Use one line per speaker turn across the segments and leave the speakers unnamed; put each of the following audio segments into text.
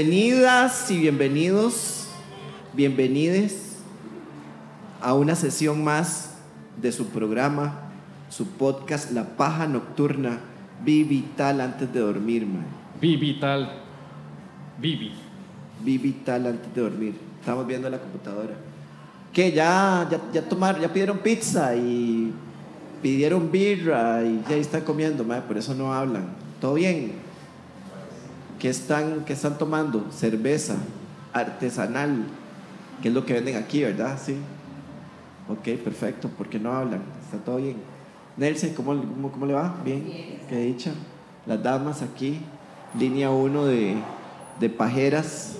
Bienvenidas y bienvenidos, bienvenides a una sesión más de su programa, su podcast La Paja Nocturna, Vivital antes de dormir, man.
Vivital. Vivi.
Vivital antes de dormir. Estamos viendo la computadora. Que ya, ya, ya tomaron, ya pidieron pizza y pidieron birra y ya están comiendo, mae, por eso no hablan. ¿Todo bien? ¿Qué están, qué están tomando? Cerveza artesanal, que es lo que venden aquí, ¿verdad? Sí. Ok, perfecto, ¿por qué no hablan? Está todo bien. Nelson, ¿cómo, cómo, cómo le va? Bien, qué dicha. Las damas aquí, línea 1 de, de pajeras.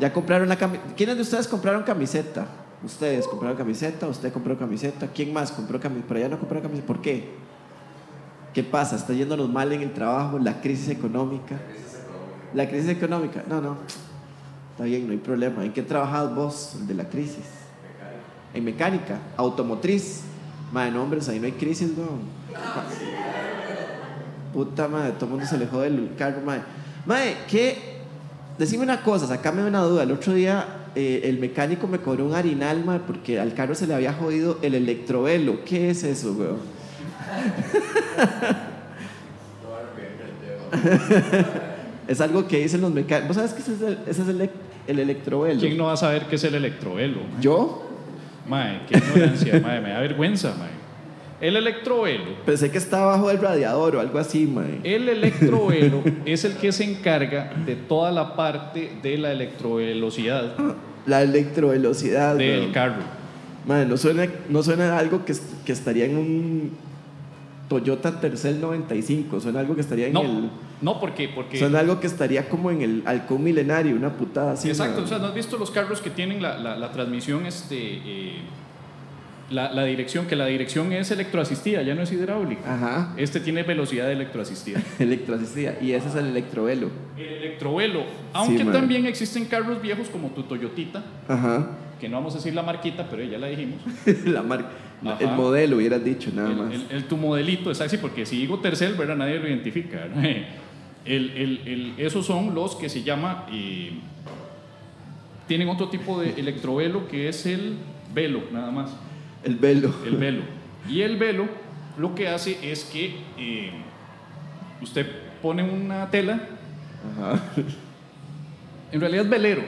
ya compraron la camiseta. ¿Quiénes de ustedes compraron camiseta? Ustedes compraron camiseta, usted compró camiseta. ¿Quién más compró camiseta? Pero ya no compró camiseta. ¿Por qué? ¿Qué pasa? ¿Está yéndonos mal en el trabajo? ¿La crisis económica? ¿La crisis económica? No, no. Está bien, no hay problema. ¿En qué trabajas vos el de la crisis? En mecánica, automotriz. Madre, no, hombres, ahí no hay crisis, no. Puta madre, todo el mundo se le jode el carro, madre. Madre, ¿qué? Decime una cosa, sacame una duda. El otro día eh, el mecánico me cobró un harinal, madre, porque al carro se le había jodido el electrovelo. ¿Qué es eso, weón? es algo que dicen los mecánicos. ¿Vos sabes qué es el, ese es el, elec- el electrovelo?
¿Quién no va a saber qué es el electrovelo? mae?
¿Yo?
Mae, qué ignorancia, mae, me da vergüenza, mae. El electrovelo.
Pensé que estaba abajo del radiador o algo así, mae.
El electrovelo es el que se encarga de toda la parte de la electrovelocidad
La electrovelocidad.
del
weón.
carro.
Mae, no suena, no suena a algo que, est- que estaría en un Toyota Tercel 95. Suena a algo que estaría en el.
No, no, porque, porque
Suena a algo que estaría como en el halcón milenario, una putada así.
Exacto,
mae.
o sea, ¿no has visto los carros que tienen la, la- la transmisión, este, eh, la, la dirección, que la dirección es electroasistida, ya no es
Ah.
hidráulica?
Ajá.
Este tiene velocidad electroasistida.
Electroasistida. Y ese es el electrovelo.
El electrovelo, aunque
madre.
también existen carros viejos como tu Toyotita,
Ajá.
que no vamos a decir la marquita, pero ya la dijimos.
La marca.
Ajá.
El modelo, hubieras dicho, nada
El,
más.
el- el- tu modelito, exacto, sí, porque si digo Tercel, ¿verdad? Nadie lo identifica. ¿verdad? El- el- el- esos son los que se llama, eh, tienen otro tipo de electrovelo que es el velo, nada más.
el velo.
el velo. Y el velo lo que hace es que eh, usted pone una tela,
Ajá.
en realidad es velero,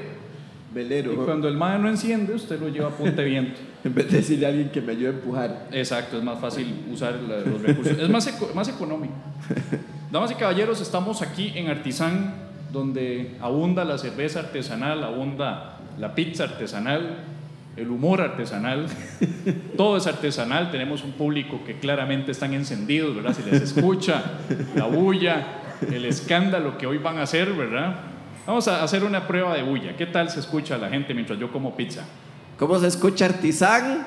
Velero.
y cuando el madre no enciende, usted lo lleva a punte viento.
En vez de decirle a alguien que me ayude a empujar.
Exacto, es más fácil usar la- los recursos, es más, eco- más económico. Damas y caballeros, estamos aquí en Artisán, donde abunda la cerveza artesanal, abunda la pizza artesanal, el humor artesanal, todo es artesanal, tenemos un público que claramente están encendidos, ¿verdad? Si les escucha la bulla, el escándalo que hoy van a hacer, ¿verdad? Vamos a hacer una prueba de bulla. ¿Qué tal se escucha a la gente mientras yo como pizza?
¿Cómo se escucha Artisán?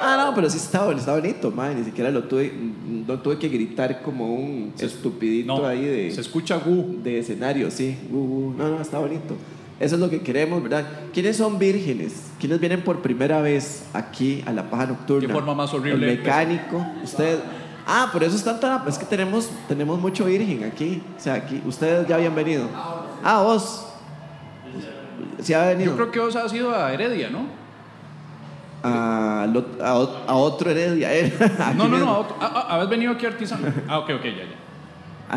Ah, no, pero sí está, bon- está bonito, man. Ni siquiera lo tuve, no tuve que gritar como un
Se-
estupidito ahí de,
se escucha gu.
de escenario, sí. Uh, uh. No, no, está bonito. Eso es lo que queremos, ¿verdad? ¿Quiénes son vírgenes? ¿Quiénes vienen por primera vez aquí a la paja nocturna?
Qué forma más horrible de
El mecánico, ustedes. Ah, por eso están tan. Es que tenemos, tenemos mucho virgen aquí. O sea, aquí. Ustedes ya habían venido. Ah, vos. Sí, ha venido.
Yo creo que vos has ido a Heredia, ¿no?
a, lo- a o- a otro heredia. eh, aquí
No, no,
mismo.
no. a otro- ah, ah, ¿Habías venido aquí a Artisano? Ah, ok, ok, ya, ya.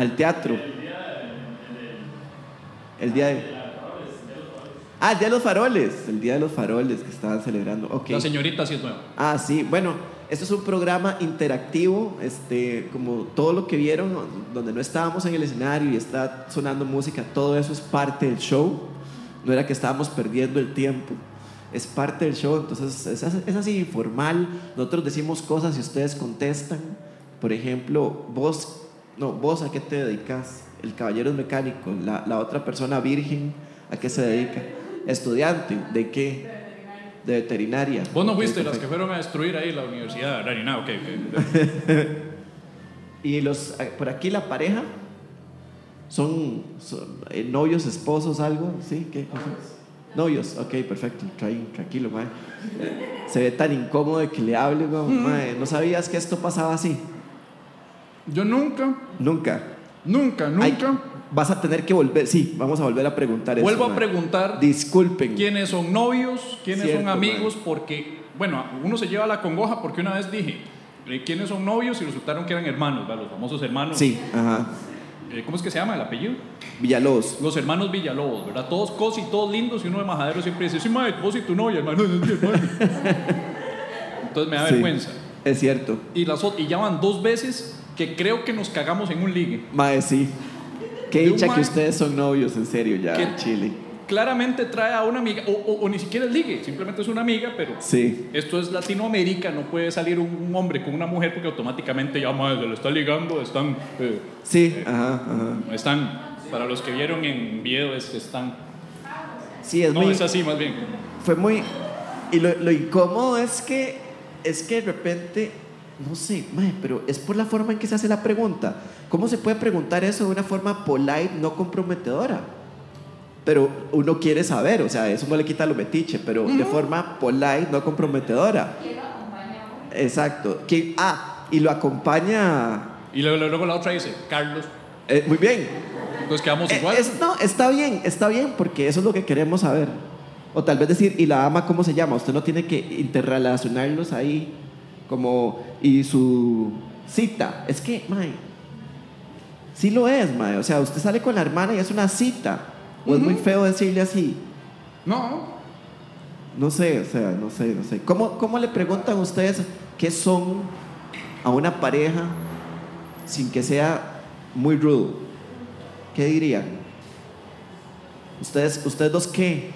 Al teatro. El día de. Ah, el día de los faroles. El día de los faroles que estaban celebrando. Ok.
La señorita sí es nueva.
Ah, sí. Bueno, esto es un programa interactivo, este, como todo lo que vieron, donde no estábamos en el escenario y está sonando música, todo eso es parte del show. No era que estábamos perdiendo el tiempo. Es parte del show, entonces es, as- es así informal. Nosotros decimos cosas y ustedes contestan. Por ejemplo, vos, no, vos a qué te dedicas? El caballero es mecánico, la, la otra persona virgen, ¿a qué se dedica? Estudiante, ¿de qué? De veterinaria.
Vos no
Ok,
fuiste las
perfecto.
que fueron a destruir ahí la universidad, ¿verdad? Ni nada, ok, ok.
Y los eh, por aquí la pareja son, son, eh, novios, esposos, algo, ¿sí? ¿Qué cosa? Novios, ok, perfecto, tra- tranquilo, mae. Eh, Se ve tan incómodo de que le hable, weón, mae. No sabías que esto pasaba así.
Yo nunca,
Nunca.
nunca,
Hay-
nunca
Vas a tener que volver, sí, vamos a volver a preguntar
Vuelvo
eso.
a
mae.
preguntar
Disculpen.
quiénes son novios, quiénes son
Cierto,
amigos, porque, bueno, uno se lleva la congoja porque una vez dije eh, quiénes son novios y resultaron que eran hermanos, ¿verdad? los famosos hermanos.
Sí, ajá.
Eh, ¿Cómo es que se llama el apellido?
Villalobos.
Los hermanos Villalobos, ¿verdad? Todos cosi, todos lindos y uno de majadero siempre dice, sí, madre, vos y tu novia, hermano, es mi hermano". Entonces me da
Sí,
vergüenza.
Es cierto.
Y, las, ot- y ya van dos veces que creo que nos cagamos en un ligue.
Mae, sí. Qué
De un
dicha que
mae-
ustedes son novios, en serio, ya,
¿Qué?
en Chile.
Claramente trae a una amiga, o, o- o ni siquiera es ligue, simplemente es una amiga, pero
Sí.
esto es Latinoamérica, no puede salir un, un hombre con una mujer porque automáticamente ya, madre, se lo está ligando, están, eh,
Sí, ajá, ajá.
están, para los que vieron en video, es que están.
Sí, es
no,
muy.
es así más bien.
Fue muy. Y lo, lo incómodo es que. Es que de repente. No sé, mae, pero es por la forma en que se hace la pregunta. ¿Cómo se puede preguntar eso de una forma polite, no comprometedora? Pero uno quiere saber, o sea, eso no le quita lo metiche, pero de forma polite, no comprometedora. Exacto. ¿Quién- ah, y lo acompaña.
Y luego, luego la otra dice, Carlos,
eh, muy bien,
nos quedamos
Eh,
igual.
es- no, está bien, está bien, porque eso es lo que queremos saber. O tal vez decir, ¿y la ama cómo se llama? Usted no tiene que interrelacionarlos ahí como, y su cita. Es que, mae, sí lo es, mae. O sea, usted sale con la hermana y es una cita. O es muy feo decirle así.
No,
No sé, o sea, no sé, no sé. ¿Cómo, cómo le preguntan ustedes qué son a una pareja sin que sea muy rudo? ¿Qué dirían? ¿Ustedes, ustedes dos qué?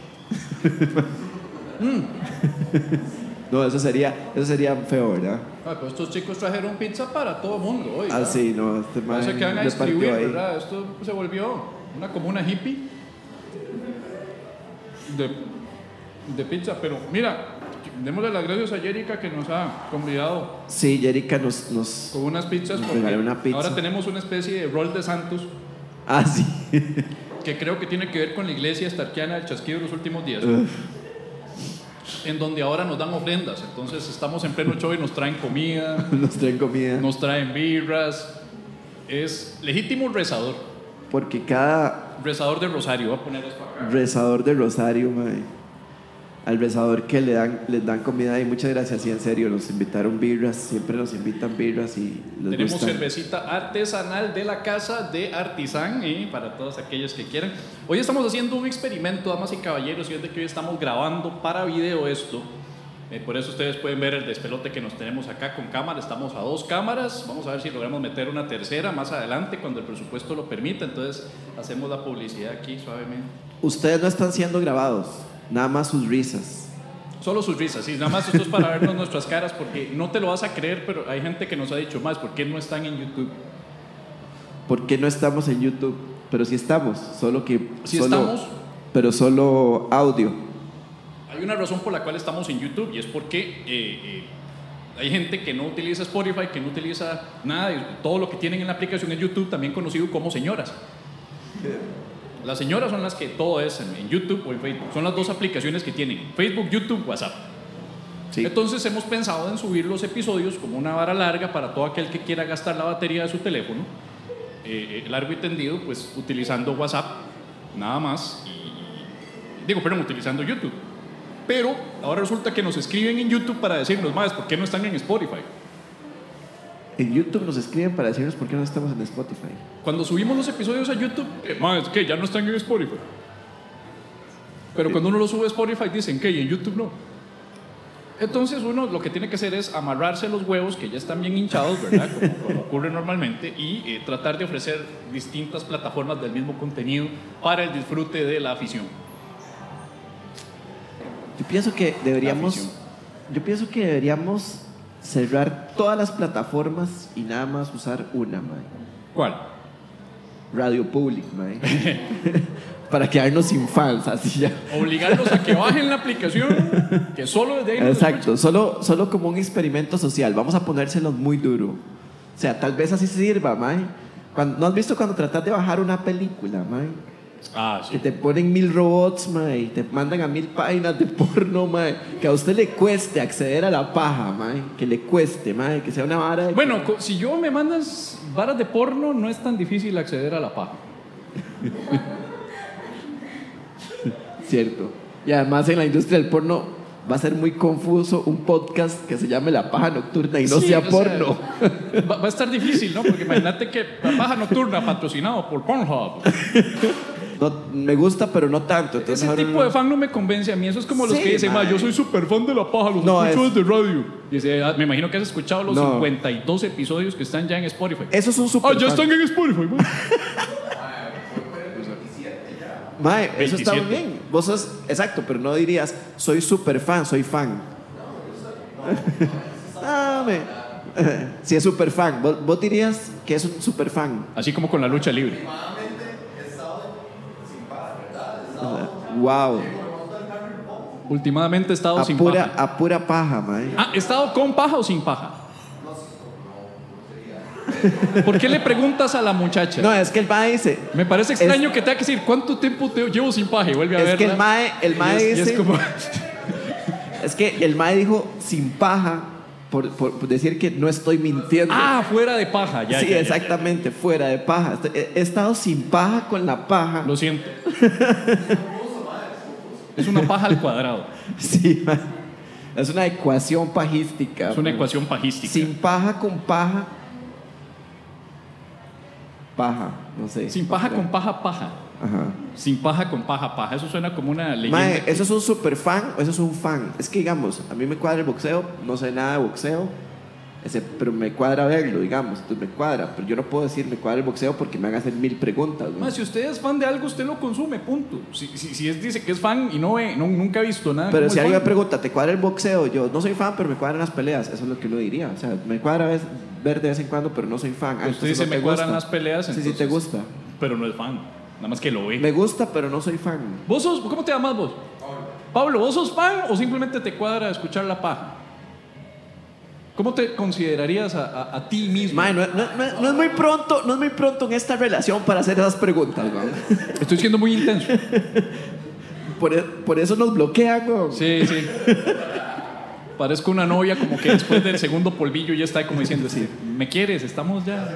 Mm.
no, eso sería, eso sería feo, ¿verdad?
Ay, pero ah, pues estos chicos trajeron pizza para todo el mundo hoy. ¿verdad?
Así, no, este man
Parece que van a
le partió
distribuir,
ahí.
¿verdad? Esto se volvió una comuna hippie de, de pizza. Pero mira, démosle las gracias a Jerica que nos ha convidado
Sí, Jerica nos, nos...
con unas pizzas.
Nos
porque
regaló una pizza.
Ahora tenemos una especie de rol de santos
Ah, sí.
que creo que tiene que ver con la iglesia estarquiana del chasquido de los últimos días. En donde ahora nos dan ofrendas, entonces estamos en pleno show y nos traen comida,
nos traen comida.
nos traen birras. Es legítimo rezador,
Porque cada,
rezador de rosario. Voy a poner esto acá.
Rezador de Rosario, mae. Al rezador que le dan, les dan comida y muchas gracias, sí, en serio, nos invitaron birras, siempre nos invitan birras y les
Tenemos
gustan.
cervecita artesanal de la casa de Artisán y para todos aquellos que quieran. Hoy estamos haciendo un experimento, damas y caballeros, y es de que hoy estamos grabando para video esto. Eh, por eso ustedes pueden ver el despelote que nos tenemos acá con cámara. Estamos a dos cámaras. Vamos a ver si logramos meter una tercera más adelante cuando el presupuesto lo permita. Entonces hacemos la publicidad aquí suavemente.
Ustedes no están siendo grabados, nada más sus risas.
Solo sus risas, sí, nada más esto es para vernos nuestras caras, porque no te lo vas a creer, pero hay gente que nos ha dicho más, ¿por qué no están en YouTube?
¿Por qué no estamos en YouTube? Pero sí estamos, solo que...
Sí
solo-
estamos.
Pero solo audio.
Hay una razón por la cual estamos en YouTube y es porque eh, eh, hay gente que no utiliza Spotify, que no utiliza nada, y todo lo que tienen en la aplicación es YouTube, también conocido como señoras. Las señoras son las que todo es en, en YouTube o en Facebook. Son las dos aplicaciones que tienen, Facebook, YouTube, WhatsApp.
Sí.
Entonces hemos pensado en subir los episodios como una vara larga para todo aquel que quiera gastar la batería de su teléfono, eh, eh, largo y tendido, pues utilizando WhatsApp, nada más. y- digo, pero utilizando YouTube. Pero ahora resulta que nos escriben en YouTube para decirnos más, ¿por qué no están en Spotify?
En YouTube nos escriben para decirnos por qué no estamos en Spotify.
Cuando subimos los episodios a YouTube, eh, ma, es que ya no están en Spotify. Pero cuando uno los sube a Spotify, dicen que y en YouTube no. Entonces uno lo que tiene que hacer es amarrarse los huevos que ya están bien hinchados, ¿verdad? Como, como ocurre normalmente, y eh, tratar de ofrecer distintas plataformas del mismo contenido para el disfrute de la afición.
Yo pienso que
La
deberíamos.
afición.
Yo pienso que deberíamos cerrar todas las plataformas y nada más usar una, mae.
¿Cuál?
Radio Public, mae. Para quedarnos sin fans, así ya.
Obligarlos a que bajen la aplicación, que solo desde ahí nos
Exacto, solo, solo como un experimento social. Vamos a ponérselos muy duro. O sea, tal vez así sirva, mae. Cuando- ¿No has visto cuando tratas de bajar una película, mae?
escuchan. Ah,
Que
sí.
te ponen mil robots, mae. Te mandan a mil páginas de porno, mae. Que a usted le cueste acceder a la paja, mae. Que le cueste, mae. Que sea una vara de
Bueno, co- si yo me mandas varas de porno, no es tan difícil acceder a la paja.
Cierto. Y además en la industria del porno va a ser muy confuso un podcast que se llame La Paja Nocturna y no
Sí, o
sea
sea,
porno.
Va, va a estar difícil, ¿no? Porque imagínate que la paja nocturna patrocinado por Pornhub.
No, me gusta, pero no tanto. Entonces,
Ese
ahora
tipo
no-
de fan no me convence a mí. Eso es como los
Sí,
que dicen, "Ma,
mae.
yo soy súper fan de la paja, los
No,
escucho
es-
desde radio. Y dice, "Ah, me imagino que has escuchado los
No.
52 episodios que están ya en Spotify.
Eso es un
Ah,
super.
ya están en Spotify, mae.
Mae, eso está muy
27.
bien. Vos sos, exacto, pero no dirías, soy super fan, soy fan. Ah, me- Si es super fan, vos, vos dirías que es un super fan.
Así como con la lucha libre.
Wow.
Últimamente he estado
A
sin
pura,
paja.
a pura paja, mae.
Ah, ¿he estado con paja o sin paja? ¿Por qué le preguntas a la muchacha?
No, es que el mae dice.
Me parece extraño que tenga que decir, ¿cuánto tiempo te llevo sin paja? Y vuelve a
Es
verla.
que el mae, el
Y
mae
es- y es
dice.
como-
Es que el mae dijo sin paja por, por- por decir que no estoy mintiendo.
ah, fuera de paja. Ya,
sí,
ya, ya,
exactamente, fuera de paja. Est- He, he estado sin paja con la paja.
ya. Lo siento. es una paja al cuadrado.
Sí, mae. es una ecuación pajística.
Es una
mae.
ecuación pajística.
Sin paja con paja. Paja, no sé.
Sin paja con paja, paja.
Ajá.
Sin paja con paja, paja. Eso suena como una leyenda.
Mae, ¿eso es un super fan o eso es un fan? Es que digamos, a mí me cuadra el boxeo, no sé nada de boxeo, ese- pero me cuadra verlo, digamos, entonces me cuadra, pero yo no puedo decir me cuadra el boxeo porque me van a hacer mil preguntas. ¿no?
Ma, si usted es fan de algo, usted lo consume, punto. Si, si, si es, dice que es fan y no ve, no- nunca ha visto nada.
Pero
como
si
el
alguien me
fan.
pregunta, ¿te cuadra el boxeo? Yo no soy fan, pero me cuadran las peleas, eso es lo que uno diría. O sea, me cuadra ves- ver de vez en cuando, pero no soy fan. Ah,
Usted
entonces
dice,
no
me
te
cuadran
gusta".
las peleas,
Sí, sí, te
entonces.
gusta.
Pero no es fan. Nada más que lo ve.
Me gusta, pero no soy fan.
¿Vos sos, ¿Cómo te llamas vos? Pablo, ¿vos sos fan o simplemente te cuadra escuchar la paja? ¿Cómo te considerarías a, a- a ti mismo?
Mae, no, no- no- no es muy pronto, no es muy pronto en esta relación para hacer esas preguntas, weón.
Estoy siendo muy intenso.
Por, e- por eso nos bloquean, weón.
Sí, sí. Parezco una novia como que después del segundo polvillo ya está como diciendo, sí, ¿me quieres? Estamos ya...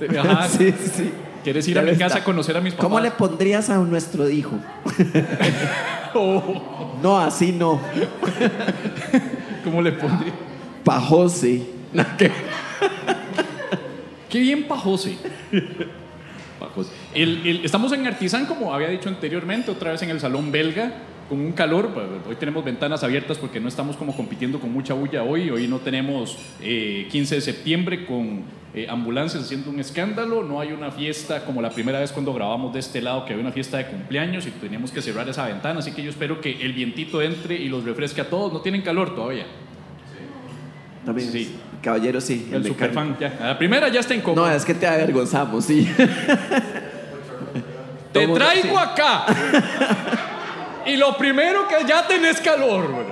Ajá,
Sí, sí, sí.
¿Quieres ir
Ya
a mi
está.
casa a conocer a mis papás?
¿Cómo le pondrías a nuestro hijo?
Oh,
No, así no.
¿Cómo le pondría?
Pajose.
Qué bien Pajose. Pajose. El- el- estamos en Artizán, como había dicho anteriormente, otra vez en el Salón Belga, con un calor. pues, Hoy tenemos ventanas abiertas porque no estamos como compitiendo con mucha bulla hoy. Hoy no tenemos eh, 15 de septiembre con eh, ambulancias haciendo un escándalo. No hay una fiesta como la primera vez cuando grabamos de este lado, que había una fiesta de cumpleaños y teníamos que cerrar esa ventana. Así que yo espero que el vientito entre y los refresque a todos. No tienen calor todavía.
También.
Sí.
Caballero, sí. de
El
carne.
superfan, ya. A la primera ya está en
No, es que te avergonzamos, sí.
Te
Todo
traigo
mundo-
acá. y lo primero que ya tenés calor. güey.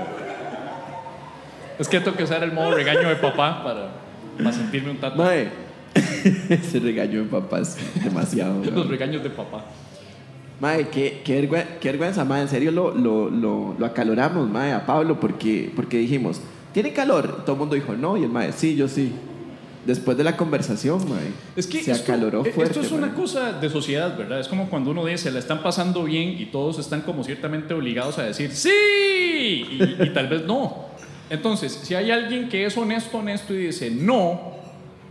Es que tengo que usar el modo regaño de papá para, para sentirme un tanto.
Mae. Se regañó en papás demasiado.
Los
weón.
regaños de papá.
Mae, qué, qué, vergüe- qué vergüenza, mae. En serio lo, lo, lo, lo acaloramos, mae, a Pablo, porque, porque dijimos, ¿tiene calor? Todo el mundo dijo, no, y el mae, sí, yo sí. Después de la conversación, mae.
Es que
se
esto,
acaloró
eh,
fuerte.
esto es una
mae.
cosa de sociedad, ¿verdad? Es como cuando uno dice, la están pasando bien y todos están como ciertamente obligados a decir, sí, y, y tal vez no. Entonces, si hay alguien que es honesto, honesto y dice, no,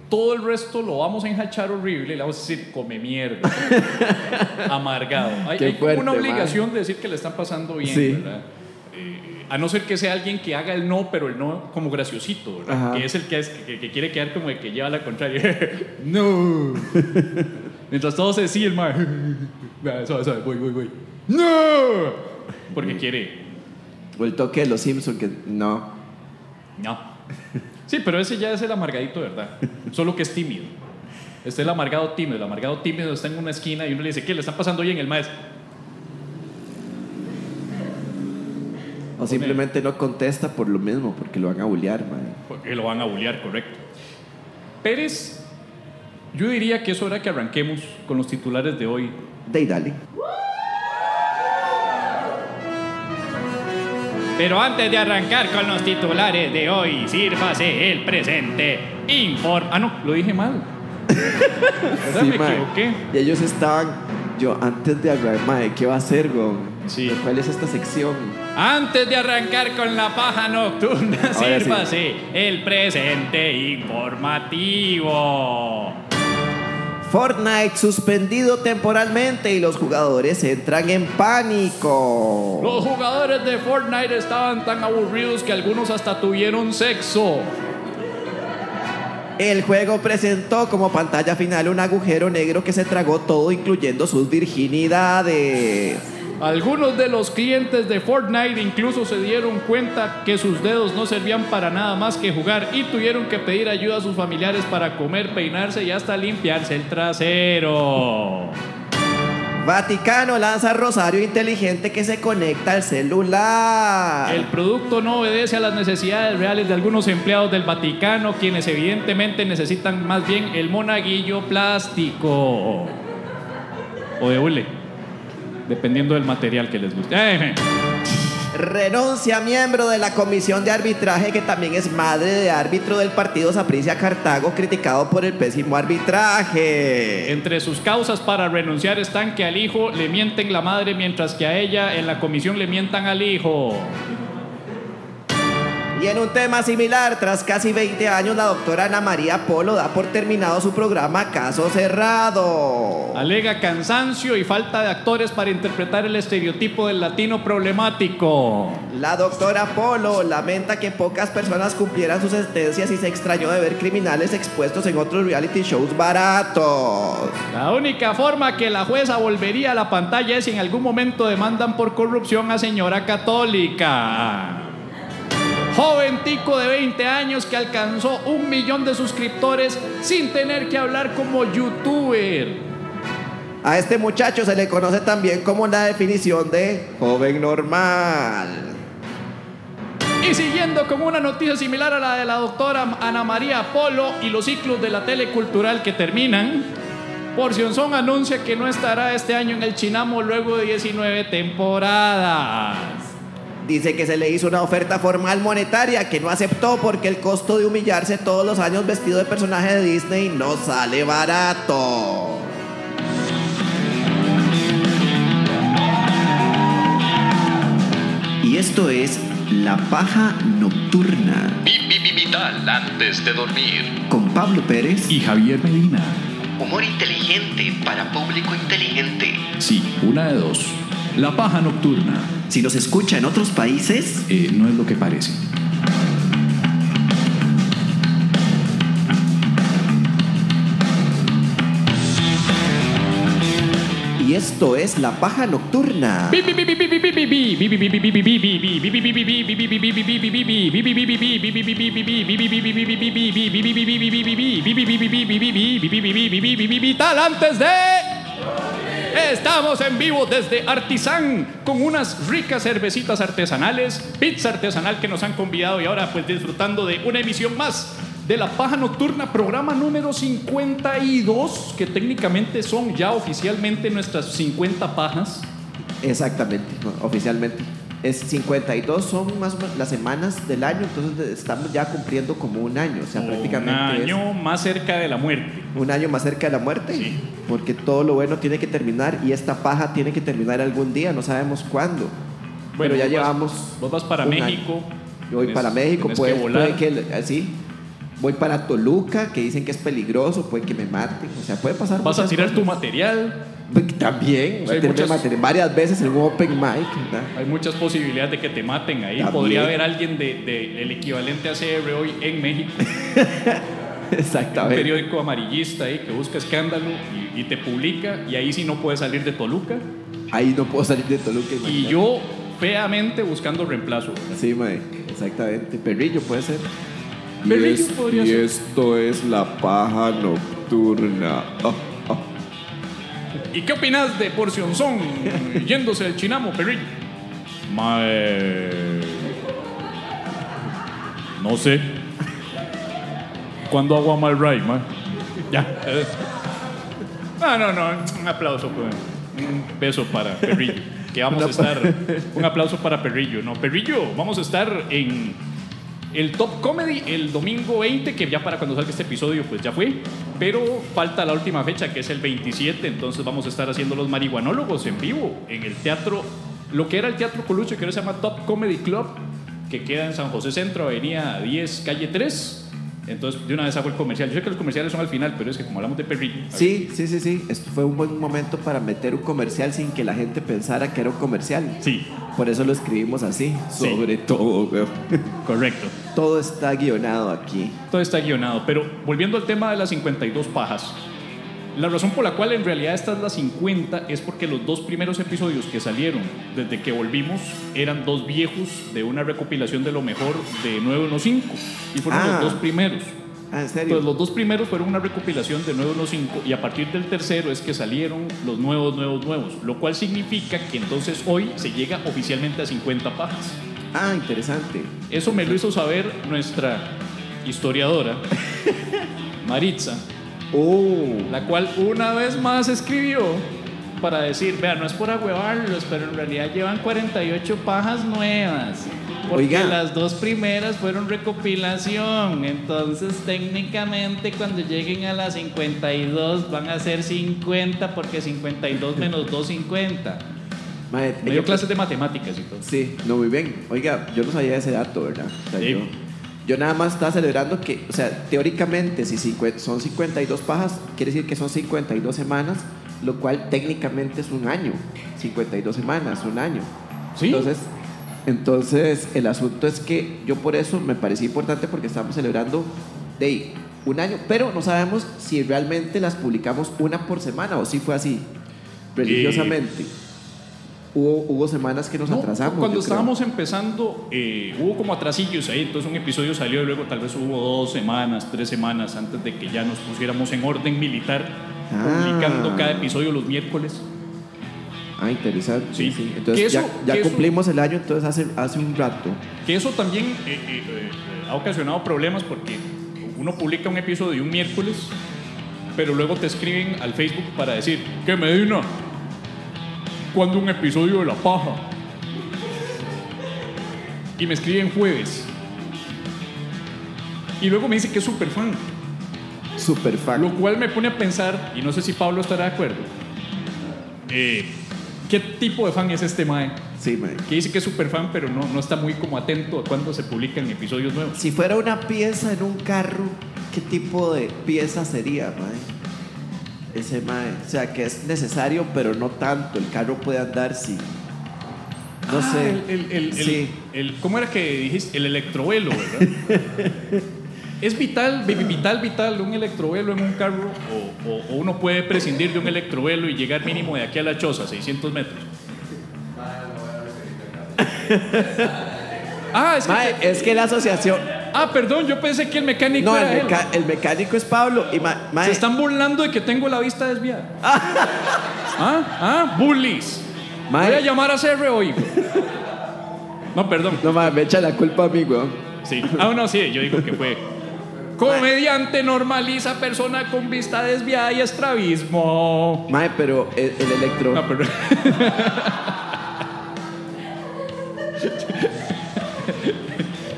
todo el resto lo vamos a enjachar horrible y le vamos a decir, come mierda, amargado. Hay,
Qué
hay como una
fuerte,
obligación de decir que la están pasando bien,
Sí.
¿verdad? Eh, a no ser que sea alguien que haga el no, pero el no como graciosito, ¿verdad?
Ajá.
Que es el que, es- que- que quiere quedar como el que lleva la contraria. no. Mientras todos se sí, el mar. Suave, suave, voy, voy, voy. ¡No! Porque quiere.
O el toque de los Simpsons, que no.
No. Sí, pero ese ya es el amargadito, de ¿verdad? Solo que es tímido. Este es el amargado tímido. El amargado tímido está en una esquina y uno le dice, ¿qué? ¿Le están pasando bien? El maestro.
O simplemente no contesta por lo mismo, porque lo van a bullear, mae.
Porque lo van a bullear, correcto. Pérez, yo diría que es hora que arranquemos con los titulares de hoy.
De ahí, dale.
Pero antes de arrancar con los titulares de hoy, sírvase el presente. Inform. Ah, no, lo dije mal. ¿Verdad?
Sí,
Me
mae.
equivoqué.
Y ellos estaban
Yo, antes de agarrar, mae, ¿qué va a hacer, weón?
Sí.
¿Cuál es esta sección?
Antes de arrancar con la paja nocturna,
Ahora sí.
sírvase el presente informativo.
Fortnite suspendido temporalmente y los jugadores entran en pánico.
Los jugadores de Fortnite estaban tan aburridos que algunos hasta tuvieron sexo.
El juego presentó como pantalla final un agujero negro que se tragó todo, incluyendo sus virginidades.
Algunos de los clientes de Fortnite incluso se dieron cuenta que sus dedos no servían para nada más que jugar y tuvieron que pedir ayuda a sus familiares para comer, peinarse y hasta limpiarse el trasero.
Vaticano lanza rosario inteligente que se conecta al celular.
Ah.
El producto no obedece a las necesidades reales de algunos empleados del Vaticano, quienes evidentemente necesitan más bien el monaguillo plástico o de hule, dependiendo del material que les guste. Eh,
Renuncia miembro de la comisión de arbitraje que también es madre de árbitro del partido Saprissa Cartago criticado por el pésimo arbitraje.
Entre sus causas para renunciar están que al hijo le mienten la madre, mientras que a ella en la comisión le mientan al hijo.
Y en un tema similar, tras casi 20 años, la doctora Ana María Polo da por terminado su programa Caso Cerrado.
Alega cansancio y falta de actores para interpretar el estereotipo del latino problemático.
La doctora Polo lamenta que pocas personas cumplieran sus sentencias y se extrañó de ver criminales expuestos en otros reality shows baratos.
La única forma que la jueza volvería a la pantalla es si en algún momento demandan por corrupción a señora católica. Joven tico de 20 años que alcanzó un millón de suscriptores sin tener que hablar como youtuber.
A este muchacho se le conoce también como la definición de joven normal.
Y siguiendo con una noticia similar a la de la doctora Ana María Polo y los ciclos de la tele cultural que terminan, Porcionzón anuncia que no estará este año en el Chinamo luego de 19 temporadas.
Dice que se le hizo una oferta formal monetaria que no aceptó porque el costo de humillarse todos los años vestido de personaje de Disney no sale barato. Y esto es La Paja Nocturna
Vital antes de dormir.
con Pablo Pérez.
y Javier Medina.
Humor inteligente para público inteligente.
Sí, una de dos. La paja nocturna
si nos escucha en otros países,
eh, no es lo que parece.
y esto es La Paja Nocturna.
Vital antes de... Estamos en vivo desde Artisán con unas ricas cervecitas artesanales, pizza artesanal que nos han convidado y ahora pues disfrutando de una emisión más de La Paja Nocturna, programa número 52, que técnicamente son ya oficialmente nuestras 50 pajas.
Exactamente, no, oficialmente. Es 52, son más o menos las semanas del año, entonces de- estamos ya cumpliendo como un año, o sea, prácticamente
un año más cerca de la muerte.
es un año más cerca de la muerte,
Sí.
porque todo lo bueno tiene que terminar y esta paja tiene que terminar algún día, no sabemos cuándo. Pero ya
vos vas-
llevamos
Vos vas para
un
México.
año. Yo
pues,
voy
tenés-
para México,
tenés
puede,
que volar.
puede que así. Voy para Toluca, que dicen que es peligroso, puede que me maten, o sea, puede pasar
Vas a
muchas
tirar tu
cosas.
material. O
También,
sea,
voy a
hay
tener que
muchas-
matar varias veces en un open mic, ¿verdad?
Hay muchas posibilidades de que te maten ahí.
También.
Podría haber alguien del de, el equivalente a CR hoy en México. Un
Exactamente.
periódico amarillista ahí que busca escándalo y, y te publica. Y ahí sí no puedes salir de Toluca.
Ahí no puedo salir de Toluca.
Y
imagínate.
yo feamente buscando reemplazo.
Sí, mae, exactamente. Perrillo puede ser. Y
Perrillo podría
y
ser.
esto es la paja nocturna. Oh, oh.
¿Y qué opinas de Porcionzón yéndose al Chinamo, Perrillo? Mae. No sé. ¿Cuándo hago a Mal Ray, mae? Ya. eh. Ah, no, no. Un aplauso, pues. Un beso para Perrillo. Que vamos a estar. Un aplauso para Perrillo. No, Perrillo, vamos a estar en. El Top Comedy el domingo 20, que ya para cuando salga este episodio, pues ya fue. Pero falta la última fecha, que es el 27. Entonces vamos a estar haciendo los marihuanólogos en vivo en el teatro, lo que era el Teatro Colucho, que ahora se llama Top Comedy Club, que queda en San José Centro, Avenida 10, calle 3. Entonces, de una vez hago el comercial. Yo sé que los comerciales son al final, pero es que como hablamos de perrito.
Sí, sí, sí, sí. Esto fue un buen momento para meter un comercial sin que la gente pensara que era un comercial.
Sí,
Por eso lo escribimos así.
Sí.
Sobre todo, weón.
correcto.
Todo está guionado aquí.
Todo está guionado. Pero volviendo al tema de las 52 pajas. La razón por la cual en realidad esta es la 50 es porque los dos primeros episodios que salieron desde que volvimos eran dos viejos de una recopilación de lo mejor de 915. Y fueron
Ah.
los dos primeros.
Ah, en serio.
Entonces los dos primeros fueron una recopilación de 915 y a partir del tercero es que salieron los nuevos, nuevos, nuevos. Lo cual significa que entonces hoy se llega oficialmente a 50 pajas.
Ah, interesante.
Eso me lo hizo saber nuestra historiadora, Maritza,
Oh.
la cual una vez más escribió para decir, vea, no es por agüevarlos, pero en realidad llevan 48 pajas nuevas. Porque
Oiga.
las dos primeras fueron recopilación, entonces técnicamente cuando lleguen a las 52 van a ser 50 porque 52 menos 2 50. Me
mae, ella-
dio clases de matemáticas y todo.
Sí, no, muy bien. Oiga, yo no sabía ese dato, ¿verdad? O sea,
Sí.
yo, yo nada más estaba celebrando que, o sea, teóricamente, si cincu- son 52 pajas, quiere decir que son 52 semanas, lo cual técnicamente es un año. 52 semanas, un año.
Sí.
Entonces, entonces, el asunto es que yo por eso me parecía importante porque estamos celebrando de ahí, un año, pero no sabemos si realmente las publicamos una por semana o si fue así, religiosamente. Hubo, hubo semanas que nos
Eh. No,
atrasamos.
Cuando
yo creo.
estábamos empezando, eh, hubo como atrasillos ahí, entonces un episodio salió y luego tal vez hubo dos semanas, tres semanas antes de que ya nos pusiéramos en orden militar,
Ah.
publicando cada episodio los miércoles.
Ah, interesante.
Sí.
Sí, Entonces
Que eso-
ya, ya
que eso-
cumplimos el año, entonces hace, hace un rato.
Que eso también eh, eh, eh, ha ocasionado problemas porque uno publica un episodio un miércoles, pero luego te escriben al Facebook para decir, que Medina, ¿cuándo un episodio de La Paja? Y me escriben jueves. Y luego me dice que es super fan,
Super fan.
lo cual me pone a pensar, y no sé si Pablo estará de acuerdo, eh, ¿qué tipo de fan es este Mae?
Sí, mae.
Que dice que es super fan, pero no, no está muy como atento a cuándo se publican episodios nuevos.
Si fuera una pieza en un carro, ¿qué tipo de pieza sería, mae? Ese mae. O sea, que es necesario, pero no tanto. El carro puede andar sin. No
Ah,
sé.
El, el- el-
Sí.
el- el- ¿Cómo era que dijiste? El electrovuelo, ¿verdad? es vital, vi- vital, vital, un electrovuelo en un carro o, o- o uno puede prescindir de un electrovuelo y llegar mínimo de aquí a la choza, 600 metros. ah, es que,
Mae, es que la asociación.
ah, perdón, yo pensé que el mecánico
No, el,
era él.
meca- el mecánico es Pablo. Y ma- mae,
Se están burlando de que tengo la vista desviada. ¿Ah? ¿Ah? Bullies.
Mae.
Voy a llamar a CR hoy. güey. No, perdón.
No, mae, me echa la culpa a mí, weón.
Sí. Ah, no, sí, yo digo que fue. Comediante normaliza persona con vista desviada y estrabismo.
Mae, pero el, el electro.
No, perdón.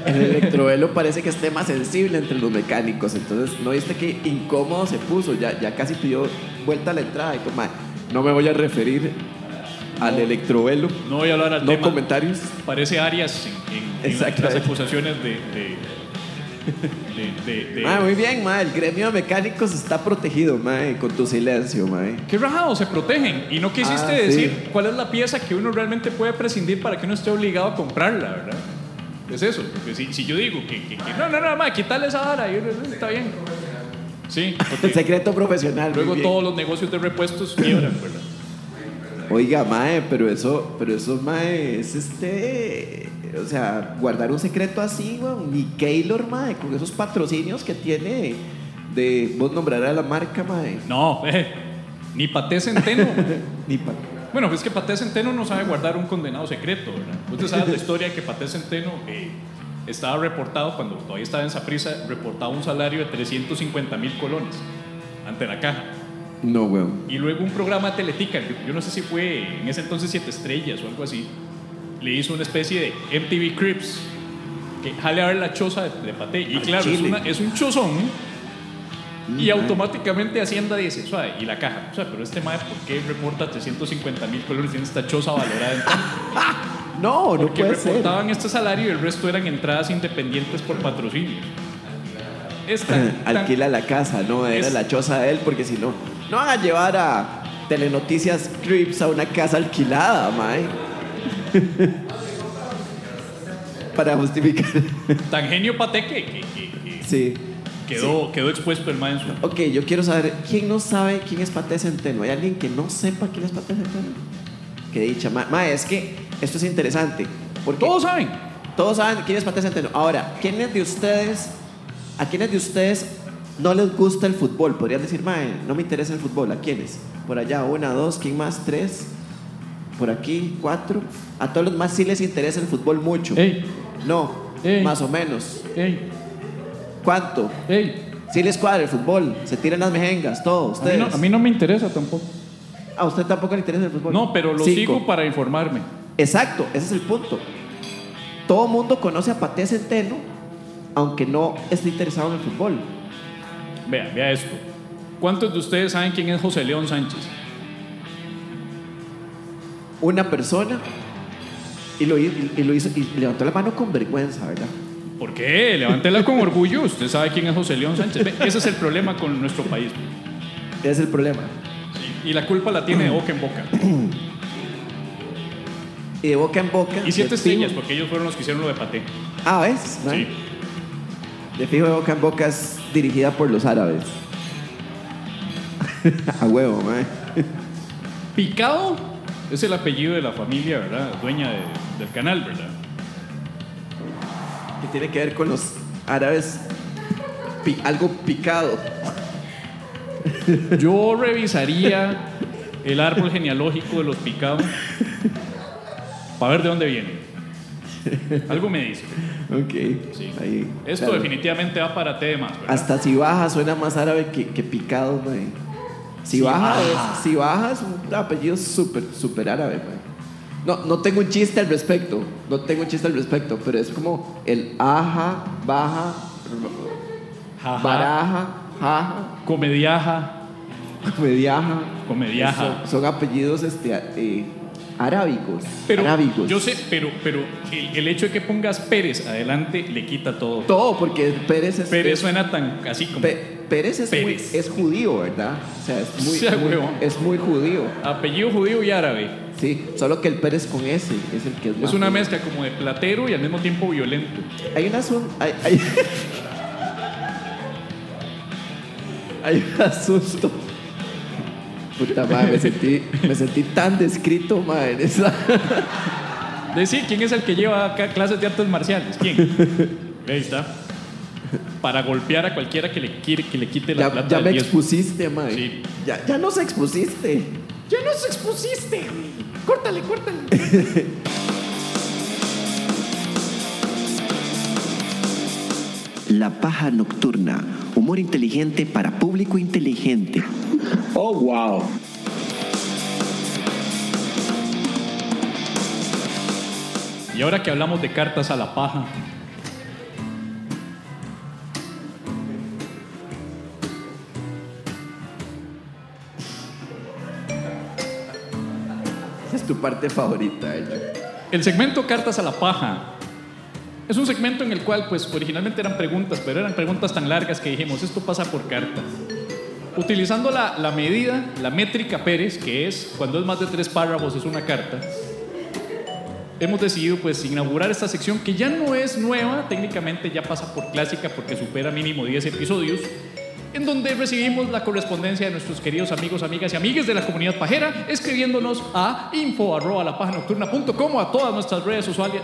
El electrovelo parece que es tema sensible entre los mecánicos. Entonces, ¿no viste que incómodo se puso? Ya, ya casi pidió vuelta a la entrada. Y como, "Mae, no me voy a referir al electrovelo.
No voy a hablar al
No
tema.
comentarios.
Parece Arias en, en- en
Exacto.
las acusaciones de. de- de- de- de-
Mae, Ah, muy bien, mae. El gremio de mecánicos está protegido, mae, con tu silencio, eh. mae.
Qué rajado, se protegen. Y no quisiste
Ah, sí.
decir cuál es la pieza que uno realmente puede prescindir para que uno esté obligado a comprarla, ¿verdad? Es eso. Porque si, si yo digo que, que- que no, no, no, ma, quítale esa vara, y uno, "Eh, está bien. Sí,
El
porque
secreto profesional. muy
luego
bien.
todos los negocios de repuestos quiebran, ¿verdad?
Oiga, mae, pero eso, pero eso, mae, es este. O sea, guardar un secreto así, weón. Ni Keylor, mae, con esos patrocinios que tiene de vos nombrarás la marca, mae.
No, eh, ni paté centeno.
Ni pa-
Bueno, es que Paté Centeno no sabe guardar un condenado secreto, ¿verdad? Ustedes saben la historia que Paté Centeno eh, estaba reportado, cuando todavía estaba en Saprisa, reportaba un salario de 350 mil colones ante la caja.
No, weón.
Y luego un programa de Teletica, yo, yo no sé si fue en ese entonces Siete Estrellas o algo así, le hizo una especie de MTV Crips, que jale a ver la choza de, de Paté. Y claro, es,
Chile.
una- es un chozón. Y
Mm,
automáticamente Hacienda dice, suave, y la caja. O sea, pero este mae, ¿por qué reporta 350 mil colones en esta choza valorada en tanto?
No, no
Porque
puede ser.
reportaban este salario y el resto eran entradas independientes por patrocinio. Es tan- tan-
Alquila la casa, no, era
Es-
la choza de él, porque si no, no van a llevar a Telenoticias Crips a una casa alquilada, mae. Para justificar.
tan genio Paté que, que- que- que
Sí.
quedó, quedó expuesto el mae en su...
Ok, yo quiero saber, ¿quién no sabe quién es Paté Centeno? ¿Hay alguien que no sepa quién es Paté Centeno? Qué dicha, mae. Mae, es que esto es interesante. Porque
Todos saben.
Todos saben quién es Paté Centeno. Ahora, ¿quiénes de ustedes, a quiénes de ustedes no les gusta el fútbol? Podrían decir, mae, no me interesa el fútbol. ¿A quiénes? Por allá, una, dos, ¿quién más? Tres. Por aquí, cuatro. A todos los más sí les interesa el fútbol mucho.
Ey,
No,
Ey.
más o menos.
ey,
¿Cuánto?
ey.
Sí les cuadra el fútbol. Se tiran las mejengas, todos.
A mí,
Ustedes.
no, a mí no me interesa tampoco.
¿A usted tampoco le interesa el fútbol.
No, pero lo
Cinco.
sigo para informarme.
Exacto, ese es el punto. Todo mundo conoce a Paté Centeno, aunque no esté interesado en el fútbol.
Vea, vea esto. ¿Cuántos de ustedes saben quién es José León Sánchez?
una persona y lo, hi- y lo hizo y levantó la mano con vergüenza, ¿verdad?
¿Por qué? Levántela con orgullo. Usted sabe quién es José León Sánchez. Ve, ese es el problema con nuestro país.
Ese es el problema.
Y la culpa la tiene de boca en boca.
Y de boca en boca.
Y siete
de fijo-
estrellas, porque ellos fueron los que hicieron lo de Paté.
Ah, ¿ves? ¿No?
Sí.
De fijo de boca en boca es dirigida por los árabes. A huevo, mae.
Picado es el apellido de la familia, ¿verdad? Dueña de- del canal, ¿verdad?
Que tiene que ver con los árabes. pi- algo picado.
Yo revisaría el árbol genealógico de los picados para ver de dónde viene. Algo me dice.
Ok.
Sí.
Ahí,
Esto
claro.
definitivamente va para temas. ¿verdad?
Hasta si baja suena más árabe que, que picado, mae. Si,
Si
baja,
baja.
es- si baja es un apellido súper, súper árabe, mae. No, no tengo un chiste al respecto. No tengo un chiste al respecto, pero es como el aja, baja, Ah,
Jaja,
baraja, jaja,
comediaja,
comediaja.
comediaja.
Son, son apellidos este, a- eh, arábicos.
Pero
arábicos.
yo sé, pero, pero el, el hecho de que pongas Pérez adelante le quita todo.
Todo, porque Pérez es.
Pérez
es-
suena tan así como
Pe- Pérez es, muy-
Pérez.
es judío, ¿verdad? O sea, es muy,
Sea
muy-
huevón.
es muy judío.
apellido judío y árabe.
Sí, solo que el Pérez con S es el que es más.
Es una mezcla como de platero y al mismo tiempo violento.
Hay un asunto. Hay, hay- Hay un asunto. Puta madre, me sentí, me sentí tan descrito, madre. en esa-
Decir, ¿quién es el que lleva acá clases de artes marciales? ¿Quién? Ahí está. Para golpear a cualquiera que le, quiere, que le quite la
Ya,
plata
ya
del
me
diezmo.
expusiste, madre.
Sí.
Ya, ya nos expusiste.
¡Ya nos expusiste! güey. ¡Córtale, córtale!
La paja nocturna. Humor inteligente para público inteligente.
Oh, wow.
Y ahora que hablamos de cartas a la paja.
Esa es tu parte favorita, eh, ¿verdad?
El segmento Cartas a la Paja es un segmento en el cual, pues, originalmente eran preguntas, pero eran preguntas tan largas que dijimos, esto pasa por cartas. Utilizando la, la medida, la métrica Pérez, que es cuando es más de tres párrafos es una carta, hemos decidido, pues, inaugurar esta sección que ya no es nueva, técnicamente ya pasa por clásica porque supera mínimo 10 episodios, en donde recibimos la correspondencia de nuestros queridos amigos, amigas y amigues de la comunidad pajera, escribiéndonos a info arroba lapajanocturna.com o a todas nuestras redes usuales.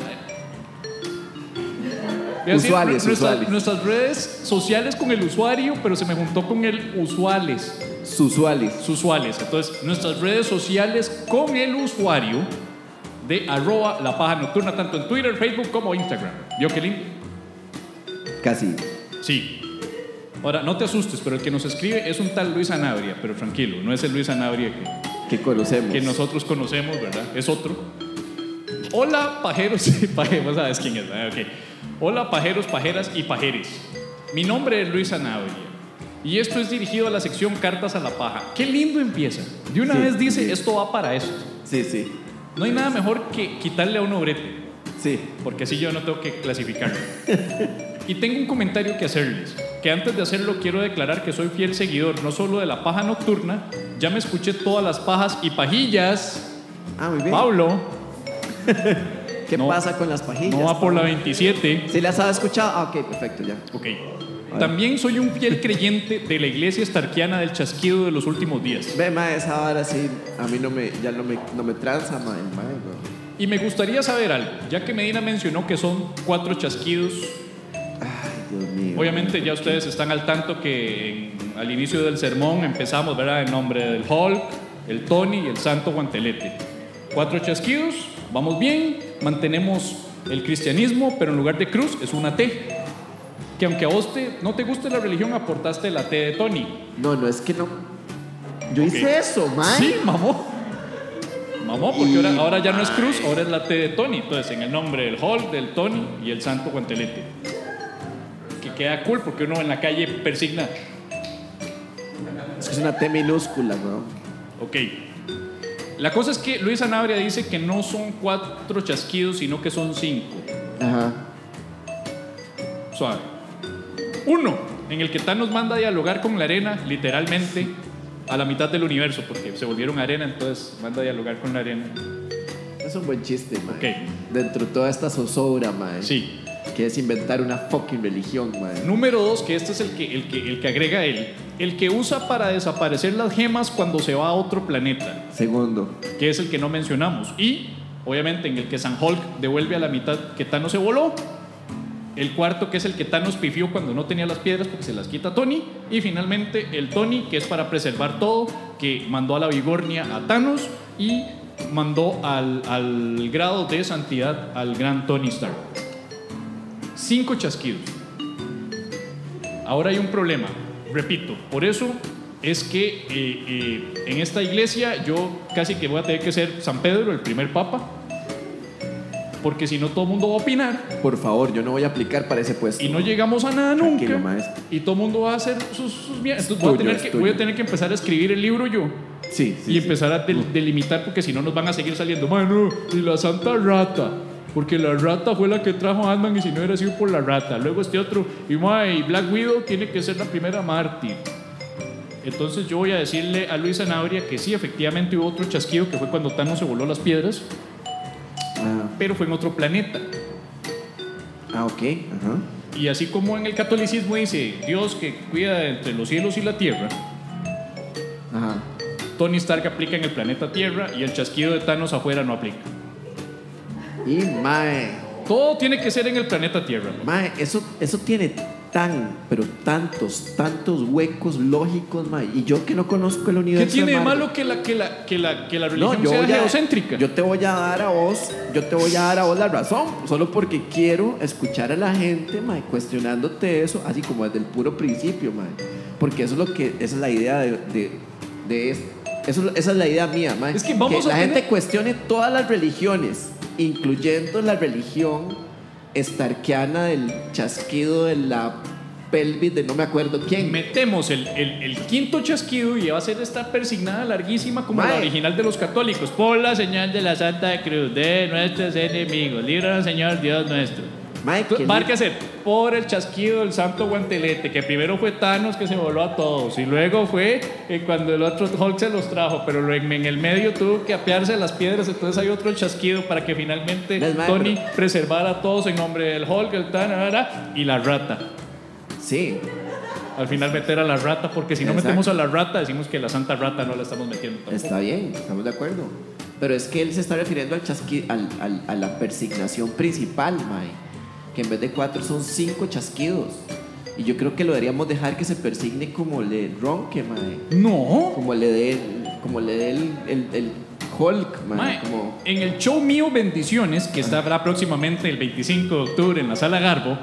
Voy a decir,
Usuales,
nuestra-
usuales.
Nuestras redes sociales con el usuario, pero se me juntó con el usuales.
Susuales.
Usuales. Entonces, nuestras redes sociales con el usuario de arroba la paja nocturna, tanto en Twitter, Facebook como Instagram. ¿Vio qué lindo?
Casi.
Sí. Ahora, no te asustes, pero el que nos escribe es un tal Luis Anabria, pero tranquilo, no es el Luis Anabria que,
Que conocemos.
que nosotros conocemos, ¿verdad? Es otro. Hola, pajeros y pajeras. Vos sabes quién es, ¿verdad? Ok. Hola, pajeros, pajeras y pajeres. Mi nombre es Luis Anabria y esto es dirigido a la sección Cartas a la Paja. Qué lindo empieza. De una
Sí,
vez dice,
sí.
esto va para esto.
Sí, sí,
No hay nada mejor que quitarle a uno brete,
sí.
porque así yo no tengo que clasificarlo. y tengo un comentario que hacerles, que antes de hacerlo quiero declarar que soy fiel seguidor no solo de la paja nocturna, ya me escuché todas las pajas y pajillas.
Ah, muy bien.
Pablo
¿Qué
no-
pasa con las pajillas?
no va por la 27.
¿Sí las has escuchado? Ah, ok, perfecto, ya.
Ok. También soy un fiel creyente de la iglesia estarquiana del chasquido de los últimos días.
Ve, ma, esa vara sí, a mí no me, ya no me, no me tranza, ma, el ma, no.
Y me gustaría saber algo, ya que Medina mencionó que son cuatro chasquidos.
Ay, Dios mío.
Obviamente ya ustedes están al tanto que en- al inicio del sermón empezamos, ¿verdad? En nombre del Hulk, el Tony y el Santo Guantelete. Cuatro chasquidos, vamos bien, mantenemos el cristianismo, pero en lugar de cruz es una T. Que aunque a vos te- no te guste la religión, aportaste la T de Tony.
No, no, es que no. Yo hice eso, ma.
Sí, mamó. Mamó, porque
Y-
ahora, ahora ya no es Cruz, ahora es la T de Tony. Entonces, en el nombre del Hulk, del Tony y el Santo Guantelete. Que queda cool porque uno en la calle persigna.
Es que es una T minúscula, ¿no?
Ok. La cosa es que Luis Anabria dice que no son cuatro chasquidos, sino que son cinco.
Ajá.
Suave. Uno, en el que Thanos manda a dialogar con la arena, literalmente, a la mitad del universo, porque se volvieron arena, entonces manda a dialogar con la arena.
Es un buen chiste, ma.
Ok.
Dentro de toda esta zozobra, ma.
Sí.
Que es inventar una fucking religión, ma.
Número dos, que este es el que, el que, el que agrega él. El que usa para desaparecer las gemas cuando se va a otro planeta,
Segundo.
que es el que no mencionamos. Y, obviamente, en el que San Hulk devuelve a la mitad que Thanos se voló. El cuarto, que es el que Thanos pifió cuando no tenía las piedras porque se las quita a Tony. Y finalmente, el Tony, que es para preservar todo, que mandó a la Vigornia a Thanos y mandó al, al grado de santidad al gran Tony Stark. Cinco chasquidos. Ahora hay un problema, repito, por eso es que eh, eh, en esta iglesia yo casi que voy a tener que ser San Pedro, el primer papa, porque si no todo el mundo va a opinar
Por favor, yo no voy a aplicar para ese puesto.
y no llegamos a nada nunca
Tranquilo, maestro.
y todo el mundo va a hacer sus, sus bien-
Es
Entonces voy, a
tuyo,
tener
es
que,
tuyo.
voy a tener que empezar a escribir el libro yo
Sí, sí.
y
sí.
empezar a del- delimitar porque si no nos van a seguir saliendo, mano, y la santa rata. Porque la rata fue la que trajo a Ant-Man y si no hubiera sido por la rata. Luego este otro, y mae, Black Widow tiene que ser la primera mártir. Entonces yo voy a decirle a Luis Anabria que sí, efectivamente hubo otro chasquido que fue cuando Thanos se voló las piedras,
Ah,
pero fue en otro planeta.
ah, ok. Ajá.
Y así como en el catolicismo dice Dios que cuida entre los cielos y la tierra,
Ajá.
Tony Stark aplica en el planeta Tierra y el chasquido de Thanos afuera no aplica.
Y mae.
Todo tiene que ser en el planeta Tierra. pues.
Mae, eso, eso tiene tan, pero tantos, tantos huecos lógicos, mae. Y yo que no conozco el
¿Qué
universo.
tiene de
Marvel.
malo que la, que la, que la, que la
No,
religión
yo
sea
voy a-
geocéntrica?
Yo te voy a dar a vos, yo te voy a dar a vos la razón, solo porque quiero escuchar a la gente, mae, cuestionándote eso, así como desde el puro principio, mae. Porque eso es lo que, esa es la idea de, de, de es- eso, esa es la idea mía, mae.
Es que vamos a
la
tener-
gente cuestione todas las religiones, incluyendo la religión estarquiana del chasquido de la pelvis de no me acuerdo quién.
Metemos el, el- el quinto chasquido y va a ser esta persignada larguísima como la
Mae.
original de los católicos. Por la señal de la Santa Cruz de nuestros enemigos, líbranos Señor Dios nuestro.
Mae, que-
Va a ser por el chasquido del santo guantelete, que primero fue Thanos que se voló a todos, y luego fue eh, cuando el otro Hulk se los trajo, pero lo- en, en el medio tuvo que apearse las piedras, entonces hay otro chasquido para que finalmente
Les va,
Tony
pero-
preservara a todos en nombre del Hulk, el Thanos ¿verdad? y la rata.
Sí,
Al final meter a la rata, porque si no
Exacto.
metemos a la rata, decimos que la santa rata no la estamos metiendo. tampoco.
Está bien, estamos de acuerdo. Pero es que él se está refiriendo al chasqui- al, al- a la persignación principal, Mae. Que en vez de cuatro son cinco chasquidos. Y yo creo que lo deberíamos dejar que se persigne como le ronque, Mae.
No.
Como le dé el, como le dé el, el- el Hulk, Mae.
Mae,
Como,
En el show mío Bendiciones, que estará próximamente el 25 de octubre en la sala Garbo,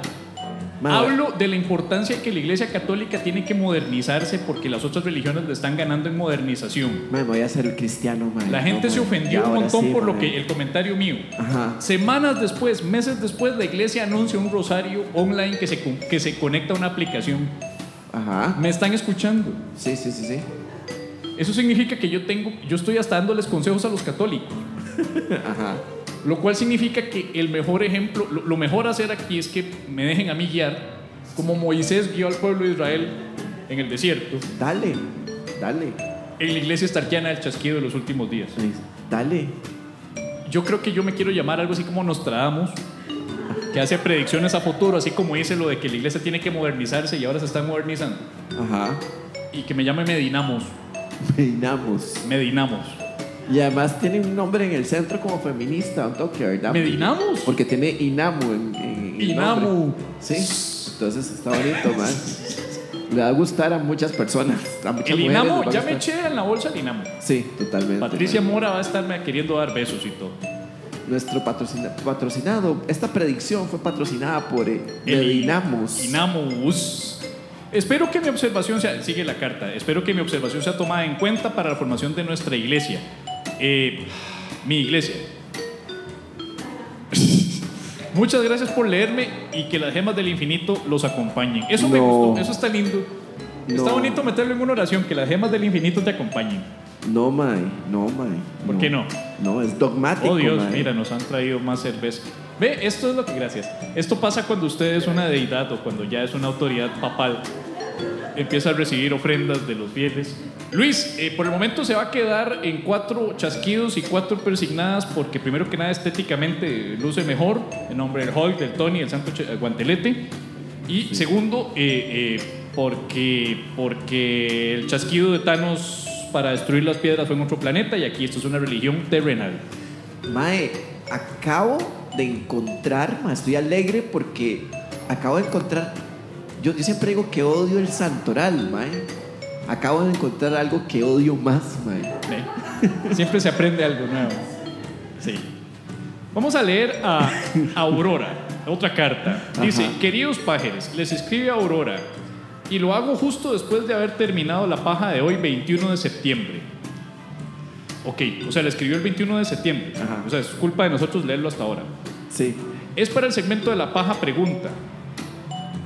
Mae,
Hablo de la importancia que la Iglesia Católica tiene que modernizarse porque las otras religiones le están ganando en modernización.
mae, voy a ser cristiano, mae.
La
No,
gente
mae,
se ofendió
ya
un
ahora
montón
sí,
por lo
mae.
que el comentario mío.
Ajá.
Semanas después, meses después, la iglesia anuncia un rosario online que se, con- que se conecta a una aplicación.
Ajá.
Me están escuchando.
Sí, sí, sí, sí.
Eso significa que yo tengo, yo estoy hasta dándoles consejos a los católicos.
Ajá.
Lo cual significa que el mejor ejemplo, lo, lo mejor a hacer aquí es que me dejen a mí guiar, como Moisés guió al pueblo de Israel en el desierto,
Dale, dale,
en la iglesia estarquiana del chasquido de los últimos días.
dale.
Yo creo que yo me quiero llamar algo así como Nostradamus, que hace predicciones a futuro, así como dice lo de que la iglesia tiene que modernizarse y ahora se está modernizando.
Ajá.
Y que me llame Medinamos,
Medinamos.
Medinamos.
Y además tiene un nombre en el centro como feminista, un toque, ¿verdad?
¿Medinamos?
Porque tiene Inamu en, en- en
Inamu.
nombre. Sí. Entonces está bonito, man. Le va a gustar a muchas personas. A muchas
El
mujeres les
Inamo,
va a
ya me
gustar.
eché en la bolsa el Inamo.
Sí, totalmente.
Patricia
man.
Mora va a estarme queriendo dar besos y todo.
Nuestro patrocina- patrocinado. Esta predicción fue patrocinada por eh,
El
Medinamos.
Inamus. Espero que mi observación sea, sigue la carta, espero que mi observación sea tomada en cuenta para la formación de nuestra iglesia. Eh, mi iglesia. Muchas gracias por leerme y que las gemas del infinito los acompañen. Eso me
No.
gustó, eso está lindo. Está
No.
bonito meterlo en una oración, que las gemas del infinito te acompañen.
No, mae. No, mae.
¿Por qué no?
No, es dogmático.
Oh Dios,
mae.
mira, nos han traído más cerveza. Ve, esto es lo que, gracias. Esto pasa cuando usted es una deidad o cuando ya es una autoridad papal. Empieza a recibir ofrendas de los fieles. Luis, eh, por el momento se va a quedar en cuatro chasquidos y cuatro persignadas porque primero que nada estéticamente luce mejor en nombre del Hulk, del Tony, del Santo Ch- eh, Guantelete. Y segundo, eh, eh, porque, porque el chasquido de Thanos para destruir las piedras fue en otro planeta y aquí esto es una religión terrenal.
Mae, acabo de encontrar, mae, estoy alegre porque acabo de encontrar. Yo, yo siempre digo que odio el santoral, mae. Acabo de encontrar algo que odio más, mae.
¿Eh? Siempre se aprende algo nuevo. Sí. Vamos a leer a Aurora, otra carta. Dice,
Ajá.
queridos pájaros, les escribe Aurora y lo hago justo después de haber terminado la paja de hoy, 21 de septiembre. Ok, o sea, le escribió el 21 de septiembre.
Ajá.
O sea, es culpa de nosotros leerlo hasta ahora.
Sí.
Es para el segmento de la paja pregunta.